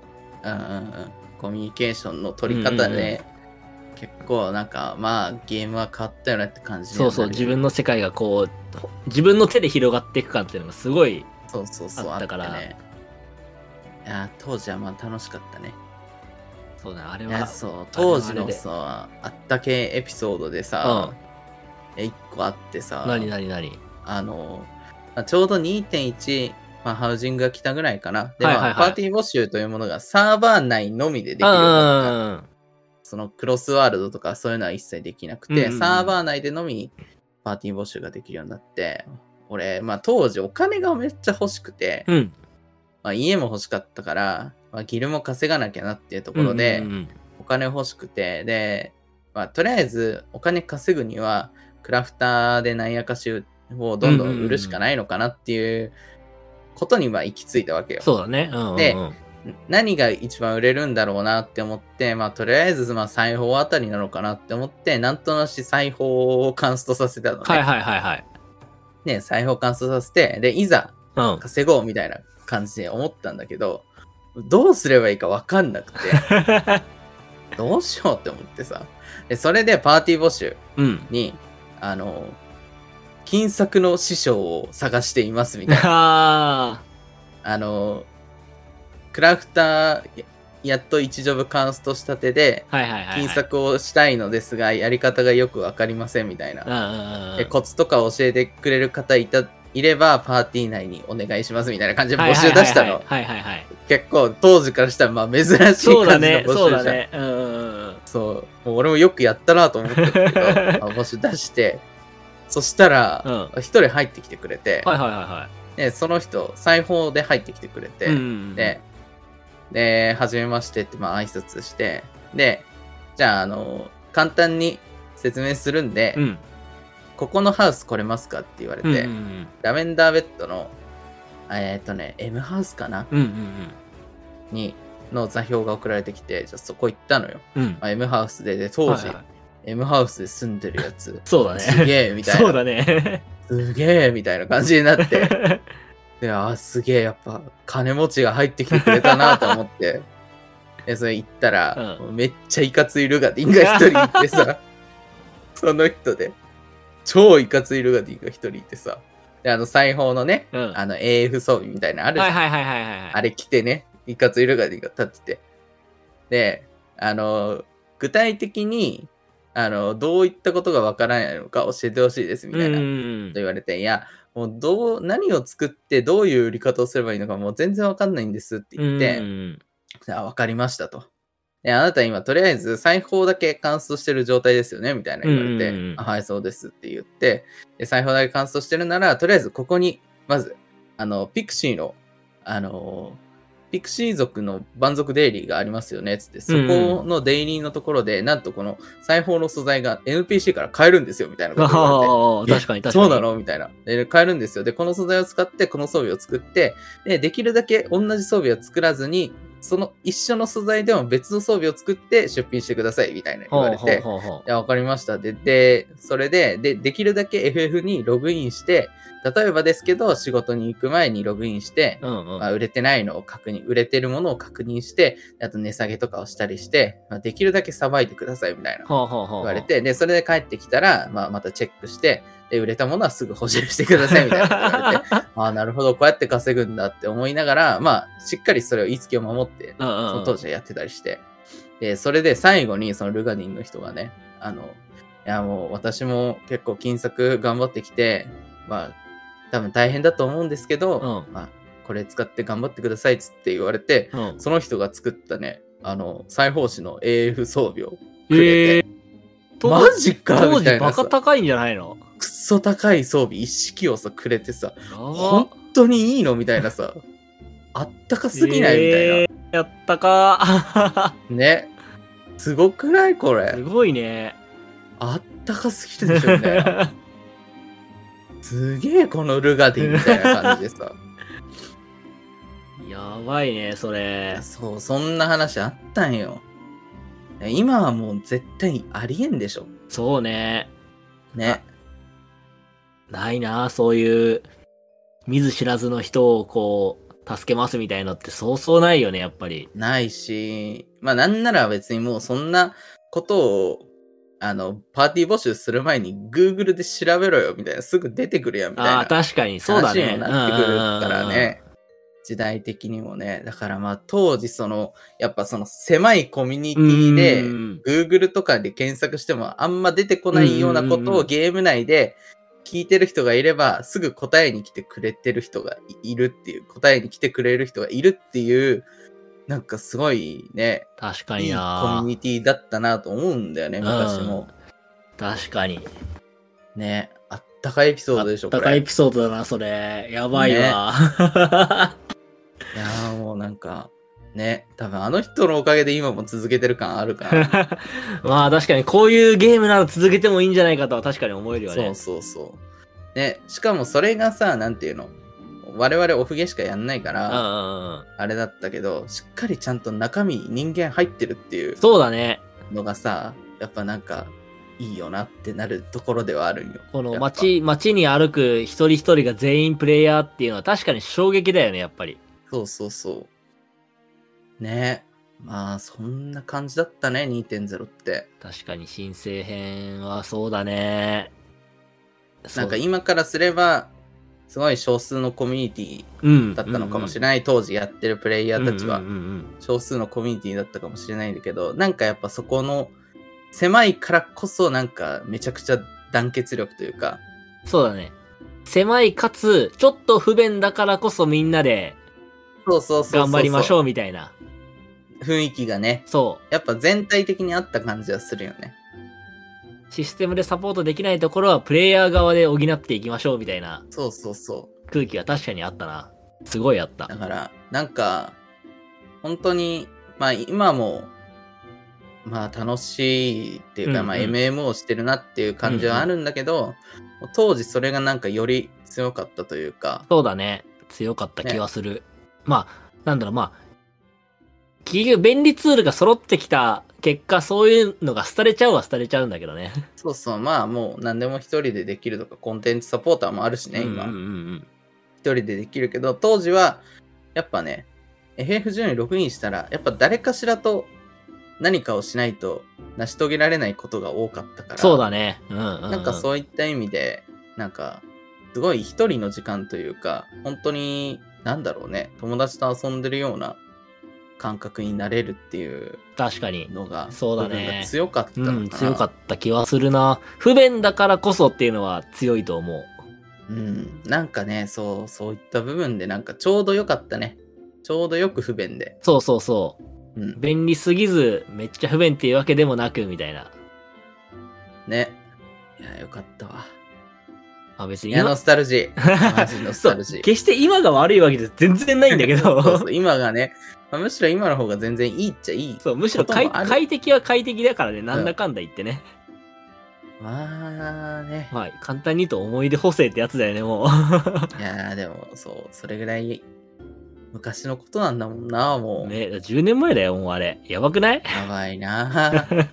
[SPEAKER 1] うんうんうん。コミュニケーションの取り方
[SPEAKER 2] うんうんうん
[SPEAKER 1] で、結構なんか、まあゲームは変わったよねって感じに
[SPEAKER 2] そ
[SPEAKER 1] は
[SPEAKER 2] うそう、
[SPEAKER 1] なる
[SPEAKER 2] 自分の世界がこう、ほ自分の手で広がっていく感っていうのがすごい、
[SPEAKER 1] そうそうそう、
[SPEAKER 2] あ
[SPEAKER 1] あった
[SPEAKER 2] っ
[SPEAKER 1] た
[SPEAKER 2] か
[SPEAKER 1] かららね。いやー当時はまあ楽しかったね。
[SPEAKER 2] そうね、あれ
[SPEAKER 1] いや
[SPEAKER 2] は、
[SPEAKER 1] そう当時
[SPEAKER 2] あれ
[SPEAKER 1] の
[SPEAKER 2] で
[SPEAKER 1] さあったけエピソードでさ、え一個あってさ
[SPEAKER 2] なになになに
[SPEAKER 1] あの、まあ、ちょうど2.1、まあ、ハウジングが来たぐらいかなで、
[SPEAKER 2] はいはいはい
[SPEAKER 1] まあパーティー募集というものがサーバー内のみでできる
[SPEAKER 2] うん
[SPEAKER 1] よ
[SPEAKER 2] う
[SPEAKER 1] うになった
[SPEAKER 2] んうん。
[SPEAKER 1] そのクロスワールドとかそういうのは一切できなくて、
[SPEAKER 2] うんうんうん
[SPEAKER 1] サーバー内でのみパーティー募集ができるようになって、俺、まあ当時お金がめっちゃ欲しくて、
[SPEAKER 2] うん。
[SPEAKER 1] まあ家も欲しかったから、まあギルも稼がなきゃなっていうところで、
[SPEAKER 2] うんうんうん
[SPEAKER 1] お金欲しくて、で、まあとりあえずお金稼ぐには、クラフターでなんやかしをどんどん売るしかないのかなっていうことにまあ行き着いたわけよ。
[SPEAKER 2] そうだね。うんうんうん。
[SPEAKER 1] で何が一番売れるんだろうなって思って、まあ、とりあえず、まあ、裁縫あたりなのかなって思って、なんとなし裁縫をカンストさせたのね。
[SPEAKER 2] はいはいはいはい。
[SPEAKER 1] ね、裁縫をカンストさせて、で、いざ
[SPEAKER 2] うん。
[SPEAKER 1] 稼ごうみたいな感じで思ったんだけど、どうすればいいかわかんな くて、どうしようって思ってさ。で、それでパーティー募集
[SPEAKER 2] うん。
[SPEAKER 1] に、あの、金作の師匠を探していますみたいな。
[SPEAKER 2] あ
[SPEAKER 1] あの、クラフター、ややっと一ジョブカンストしたてで、
[SPEAKER 2] あ。はいはいはいはい。
[SPEAKER 1] 金策をしたいのですが、やり方がよくわかりませんみたいな。
[SPEAKER 2] うんうんうんうん。
[SPEAKER 1] でコツとか教えてくれる方いた、いれば、パーティー内にお願いしますみたいな感じで募集出したの。
[SPEAKER 2] はいはいはいはい。
[SPEAKER 1] 結構、当時からしたら、まあ、珍しい感じの
[SPEAKER 2] そうだね、
[SPEAKER 1] 募
[SPEAKER 2] そう
[SPEAKER 1] 集
[SPEAKER 2] だ
[SPEAKER 1] じゃん。
[SPEAKER 2] ね。うんうんうん。
[SPEAKER 1] そう。もう俺もよくやったなと思ってたけど、ま あ募集出して、そしたら
[SPEAKER 2] うん、
[SPEAKER 1] 一人入ってきてくれて、
[SPEAKER 2] はいはいは
[SPEAKER 1] でその人、裁縫で入ってきてくれて、
[SPEAKER 2] いはい。うんうんうん、
[SPEAKER 1] で、で、はじめましてって、まあ、挨拶して、で、じゃあ、あの、簡単に説明するんで、
[SPEAKER 2] うん。
[SPEAKER 1] ここのハウス来れますかって言われて、
[SPEAKER 2] うんうん
[SPEAKER 1] ラベンダーベッドの、えっ、とね、M ハウスかな
[SPEAKER 2] うん。うん
[SPEAKER 1] に、の座標が送られてきて、じゃあそこ行ったのよ。
[SPEAKER 2] うんうん。
[SPEAKER 1] あ M ハウスで、で、当時、
[SPEAKER 2] はいはい
[SPEAKER 1] M ハウスで住んでるやつ、
[SPEAKER 2] そうだね。
[SPEAKER 1] すげえみたいな。
[SPEAKER 2] そうだね。
[SPEAKER 1] すげえみたいな感じになって、で、あーすげえ、やっぱ、金持ちが入ってきてくれたなと思 って、で、それ行ったら、
[SPEAKER 2] う
[SPEAKER 1] めっちゃいかついルガディンが一人いて さ、その人で、超いかついルガディンが一人いてさ、で、あの、裁縫のね、
[SPEAKER 2] うん
[SPEAKER 1] あの、AF 装備みたいなのあるじゃん
[SPEAKER 2] はいはいはいはいはい。
[SPEAKER 1] あれ着てね、いかついルガディが立ってて。で、あの、具体的に、あの、どういったことがわからないのか教えてほしいです、みたいな。と
[SPEAKER 2] うんうんうん。
[SPEAKER 1] 言われて、いや、もうどう、何を作ってどういう売り方をすればいいのかもう全然わかんないんですって言って、
[SPEAKER 2] うんうん
[SPEAKER 1] あ、わかりましたと。であなた今、とりあえず裁縫だけ乾燥してる状態ですよねみたいな言われて、
[SPEAKER 2] うんうんうん
[SPEAKER 1] あはい、そうですって言って、で裁縫だけ乾燥してるなら、とりあえずここに、まず、あの、ピクシーの、あの、ピクシー族の蛮族デイリーがありますよねっつって、そこのデイリーのところで、なんとこの裁縫の素材が NPC から買えるんですよみたいなことを言われて。
[SPEAKER 2] ああ、確かに確かに。
[SPEAKER 1] そうなのみたいな。で、買えるんですよ。で、この素材を使って、この装備を作って、で、できるだけ同じ装備を作らずに、その一緒の素材でも別の装備を作って出品してください、みたいな言
[SPEAKER 2] ほ
[SPEAKER 1] わ
[SPEAKER 2] う
[SPEAKER 1] れ
[SPEAKER 2] ほう
[SPEAKER 1] て。
[SPEAKER 2] ほうほ
[SPEAKER 1] いや、わかりました。で、で、それで、で、できるだけ FF にログインして、例えばですけど、仕事に行く前にログインして、
[SPEAKER 2] う。うんうん。
[SPEAKER 1] まあ、売れてないのを確認、売れてるものを確認して、あと値下げとかをしたりして、まあ、できるだけさばいてください、みたいな。
[SPEAKER 2] ほうほうほうほう。
[SPEAKER 1] 言われて、で、それで帰ってきたら、まあ、またチェックして、で、売れたものはすぐ補充してくださいみたいなこと言わ れて、ああ、なるほど、こうやって稼ぐんだって思いながら、まあ、しっかりそれを言いつけを守って、
[SPEAKER 2] うんうん
[SPEAKER 1] そ
[SPEAKER 2] うん。
[SPEAKER 1] の当時はやってたりして、で、それで最後に、そのルガディンの人がね、あの、いや、もう私も結構金策頑張ってきて、まあ、多分大変だと思うんですけど、
[SPEAKER 2] う
[SPEAKER 1] まあ、これ使って頑張ってくださいっつって言われて、
[SPEAKER 2] ん。うん。
[SPEAKER 1] その人が作ったね、あの、裁縫師の AF 装備をくれて
[SPEAKER 2] ええ。
[SPEAKER 1] マジか
[SPEAKER 2] 当
[SPEAKER 1] みた
[SPEAKER 2] 時
[SPEAKER 1] いな
[SPEAKER 2] バ
[SPEAKER 1] さ
[SPEAKER 2] カ高いんじゃないの
[SPEAKER 1] くっそ高い装備一式をさくれてさ
[SPEAKER 2] や
[SPEAKER 1] 本
[SPEAKER 2] ば
[SPEAKER 1] 当にいいのみたいな さあったかすぎないみたいな、
[SPEAKER 2] えーやったか。
[SPEAKER 1] ねすごくないこ
[SPEAKER 2] す
[SPEAKER 1] れ。
[SPEAKER 2] ごいね。
[SPEAKER 1] あったかすぎるでしょう ね。すげえこのルガディみたいな感じでさ。
[SPEAKER 2] やばいね、それ。
[SPEAKER 1] そう、そんな話あったんよ。今はもう絶対ありえんでしょ。
[SPEAKER 2] そうね。
[SPEAKER 1] ね。
[SPEAKER 2] ないな、そういう、見ず知らずの人をこう、助けますみたいのってそうそうないよね、やっぱり。
[SPEAKER 1] ないし、まあなんなら別にもうそんなことを、あの、パーティー募集する前に Google で調べろよみたいな、すぐ出てくるやんみたい
[SPEAKER 2] あ
[SPEAKER 1] な
[SPEAKER 2] あ、。確かに、そうだね。
[SPEAKER 1] 話にもなってくるから
[SPEAKER 2] うんうんうんうん。
[SPEAKER 1] ね。時代的にもね。だからまあ当時その、やっぱその狭いコミュニティで、
[SPEAKER 2] うん、
[SPEAKER 1] Google とかで検索してもあんま出てこないようなこ
[SPEAKER 2] うん
[SPEAKER 1] と
[SPEAKER 2] うんう
[SPEAKER 1] を
[SPEAKER 2] ん
[SPEAKER 1] ゲーム内で聞いてる人がいれば、すぐ答えに来てくれてる人がいいるっていう、答えに来てくれる人がいるっていう、なんかすごいね、
[SPEAKER 2] 確か
[SPEAKER 1] い
[SPEAKER 2] に
[SPEAKER 1] いコミュ
[SPEAKER 2] な。
[SPEAKER 1] ニティだったなと思うんだよね、昔も。
[SPEAKER 2] 確かに。
[SPEAKER 1] ね、あったかいエピソードでしょ、こ
[SPEAKER 2] あったかいエ
[SPEAKER 1] れ。
[SPEAKER 2] ピソードだな、それ。やばいわ。
[SPEAKER 1] いやーもうなんか、ね、多分あの人のおかげで今も続けてる感ある から。
[SPEAKER 2] まあ確かに、こういうゲームなら続けてもいいんじゃないかとは確かに思えるよね。
[SPEAKER 1] そうそうそう。ね、しかもそれがさ、なんていうの我々オフゲしかやんないから、
[SPEAKER 2] うんうんうん
[SPEAKER 1] あれだったけど、しっかりちゃんと中身、人間入ってるっていう
[SPEAKER 2] そうだね。
[SPEAKER 1] のがさ、やっぱなんか、いいよなってなるところではあるんよ。
[SPEAKER 2] この
[SPEAKER 1] やっぱ。
[SPEAKER 2] 街、街に歩く一人一人が全員プレイヤーっていうのは確かに衝撃だよね、やっぱり。
[SPEAKER 1] そうそうそう。ねまあ、そんな感じだったね、2.0って。
[SPEAKER 2] 確かに新生編はそうだね。
[SPEAKER 1] なんか
[SPEAKER 2] い
[SPEAKER 1] 今からすれば、すごい少数のコミュニティだったのかもしれない。当時やってるプレイヤーたちは
[SPEAKER 2] うんうんうん
[SPEAKER 1] 少数のコミュニティだったかもしれないんだけど、なんかやっぱそこの狭いからこそなんかめちゃくちゃ団結力というか、
[SPEAKER 2] そうだね。狭いかつ、ちょっと不便だからこそみんなで
[SPEAKER 1] そうそうそうそう。
[SPEAKER 2] 頑張りましょ
[SPEAKER 1] う。
[SPEAKER 2] うみたいな。
[SPEAKER 1] 雰囲気がね、
[SPEAKER 2] そ
[SPEAKER 1] やっぱ全体的にあった感じはするよね。
[SPEAKER 2] うシステムでサポートできないところはプレイヤー側で補っていきましょうみたいな
[SPEAKER 1] そうそうそう。
[SPEAKER 2] 空気が確かにあったな。すごいあった
[SPEAKER 1] だ。から、なんか、本当に、まあ今も、まあ楽しいっていうか、
[SPEAKER 2] うんうん
[SPEAKER 1] まあ MMO してるなっていう感じはあるんだけど、当時それがなんかより強かったというか、
[SPEAKER 2] そうだね。強かった気はする。まあ、なんだろう、まあ、結局便利ツールが揃ってきた結果、そういうのが廃れちゃうは廃れちゃうんだけどね。
[SPEAKER 1] そうそう、まあもう何でも一人でできるとか、コンテンツサポーターもあるしね、今。
[SPEAKER 2] うんうんうん
[SPEAKER 1] 一人でできるけど、当時は、やっぱね、FF10 にログインしたら、やっぱ誰かしらと何かをしないと成し遂げられないことが多かったから、
[SPEAKER 2] そうだね。うんうん、うん。
[SPEAKER 1] なんかそういった意味で、なんか、すごい一人の時間というか、本当に、なんだろうね、友達と遊んでるような感覚になれるっていう
[SPEAKER 2] 確かに。
[SPEAKER 1] のが、
[SPEAKER 2] そうだね
[SPEAKER 1] 部分が強かったの
[SPEAKER 2] う
[SPEAKER 1] かな。
[SPEAKER 2] ん、強かった気はするな。不便だからこそっていうのは強いと思う。
[SPEAKER 1] うん、なんかね、そう、そういった部分で、なんかちょうど良かったね。ちょうどよく不便で。
[SPEAKER 2] そうそうそうう。
[SPEAKER 1] ん。
[SPEAKER 2] 便利すぎず、めっちゃ不便っていうわけでもなく、みたいな。
[SPEAKER 1] ね。いや、よかったわ。
[SPEAKER 2] あ、別
[SPEAKER 1] い
[SPEAKER 2] に
[SPEAKER 1] や、ノ
[SPEAKER 2] 今。
[SPEAKER 1] スタルジー。マジノス
[SPEAKER 2] そ
[SPEAKER 1] タ
[SPEAKER 2] う
[SPEAKER 1] ルジー。
[SPEAKER 2] 決して今が悪いわけで全然ないんだけ ど。
[SPEAKER 1] そうそう今がね、まあむしろ今の方が全然いいっちゃいい。
[SPEAKER 2] そう、むしろ快
[SPEAKER 1] こともある
[SPEAKER 2] 快適は快適だからね、なんだかんだ言ってね。
[SPEAKER 1] まあね。
[SPEAKER 2] まあ、簡単に言うと思い出補正ってやつだよね、 もう。
[SPEAKER 1] いやーでも、そう、それぐらい昔のことなんだもんな、もう。
[SPEAKER 2] ね、10年前だよ、もうあれ。やばくない
[SPEAKER 1] やばい なー。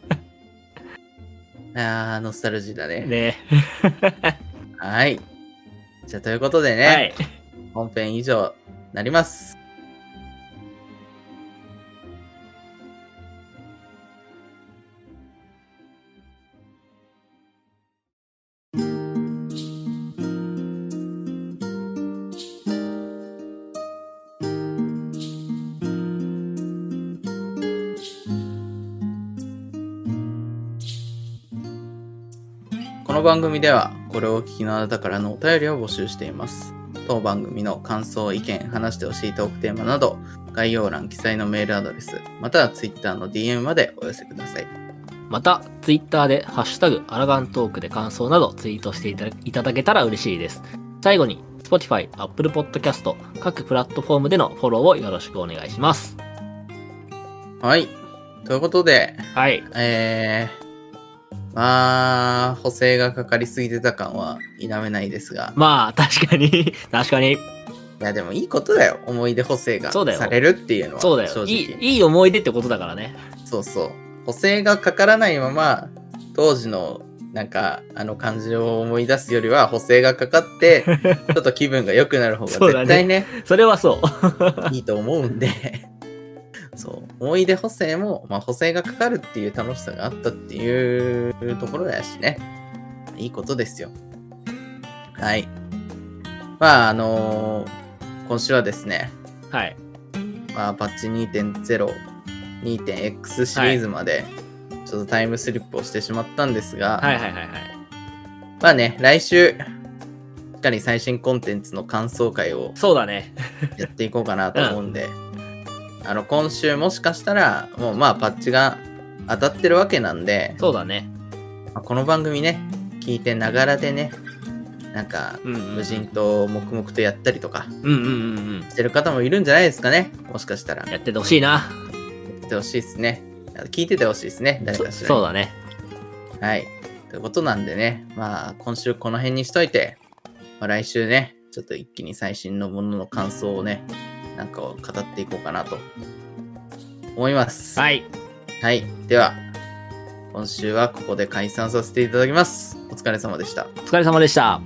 [SPEAKER 1] あー、ノスタルジーだね。
[SPEAKER 2] ね。
[SPEAKER 1] はい。じゃあ、ということでね。
[SPEAKER 2] はい。
[SPEAKER 1] 本編以上になります。この番組ではこれをお聞きのあなたからのお便りを募集しています。当番組の感想、意見、話してほしいトークテーマなど、概要欄記載のメールアドレス、または Twitter の DM までお寄せください。
[SPEAKER 2] また、ツイッターで、ハッシュタグ、アラガントークで感想などツイートしていただいただけたら嬉しいです。最後に、Spotify、Apple Podcast、各プラットフォームでのフォローをよろしくお願いします。
[SPEAKER 1] はい。ということで、
[SPEAKER 2] はい。
[SPEAKER 1] えー、まあ、補正がかかりすぎてた感は否めないですが、
[SPEAKER 2] まあ、確かに。確かに。
[SPEAKER 1] いやでもいいことだよ、思い出補正が
[SPEAKER 2] そうだよ
[SPEAKER 1] されるっていうのは、
[SPEAKER 2] そうだ
[SPEAKER 1] 正
[SPEAKER 2] よ。
[SPEAKER 1] 直
[SPEAKER 2] いい、いい思い出ってことだからね。
[SPEAKER 1] そうそう。補正がかからないまま、当時のなんか、あの感じを思い出すよりは、補正がかか って、ちょっと気分が良くなる方
[SPEAKER 2] そ
[SPEAKER 1] が
[SPEAKER 2] うだね
[SPEAKER 1] 絶対ね、
[SPEAKER 2] それはそう。
[SPEAKER 1] いいと思うんで、 そう、思い出補正も、まあ、補正がかかるっていう楽しさがあったっていうところだしね、いいことですよ。はい。まあ、あのー今週はですね、
[SPEAKER 2] はい。
[SPEAKER 1] まあ、パッチ2.0、2.x シリーズまで、ちょっとタイムスリップをしてしまったんですが、
[SPEAKER 2] はいはいはいはい。
[SPEAKER 1] まあね、来週、しっかり最新コンテンツの感想会を
[SPEAKER 2] そうだね。
[SPEAKER 1] やっていこうかなと思うんで、あの今週もしかしたらもうまあパッチが当たってるわけなんで、
[SPEAKER 2] そうだね。
[SPEAKER 1] まあこの番組ね聞いてながらでねなんか
[SPEAKER 2] うん、うん。
[SPEAKER 1] 無人。島を黙々とやったりとか
[SPEAKER 2] うんうんうんうん。
[SPEAKER 1] してる方もいるんじゃないですかねもしかしたらや
[SPEAKER 2] やっててほしいな。
[SPEAKER 1] ってほしいですね聞いててほしいですね誰
[SPEAKER 2] そ
[SPEAKER 1] かしら
[SPEAKER 2] そうだね。
[SPEAKER 1] はいということなんでねまあ今週この辺にしといて、まあ、来週ねちょっと一気に最新のものの感想をねなんかを語っていこうかなと思います
[SPEAKER 2] はい。
[SPEAKER 1] はい。では、今週はここで解散させていただきます。お疲れ様でした。
[SPEAKER 2] お疲れ様でした。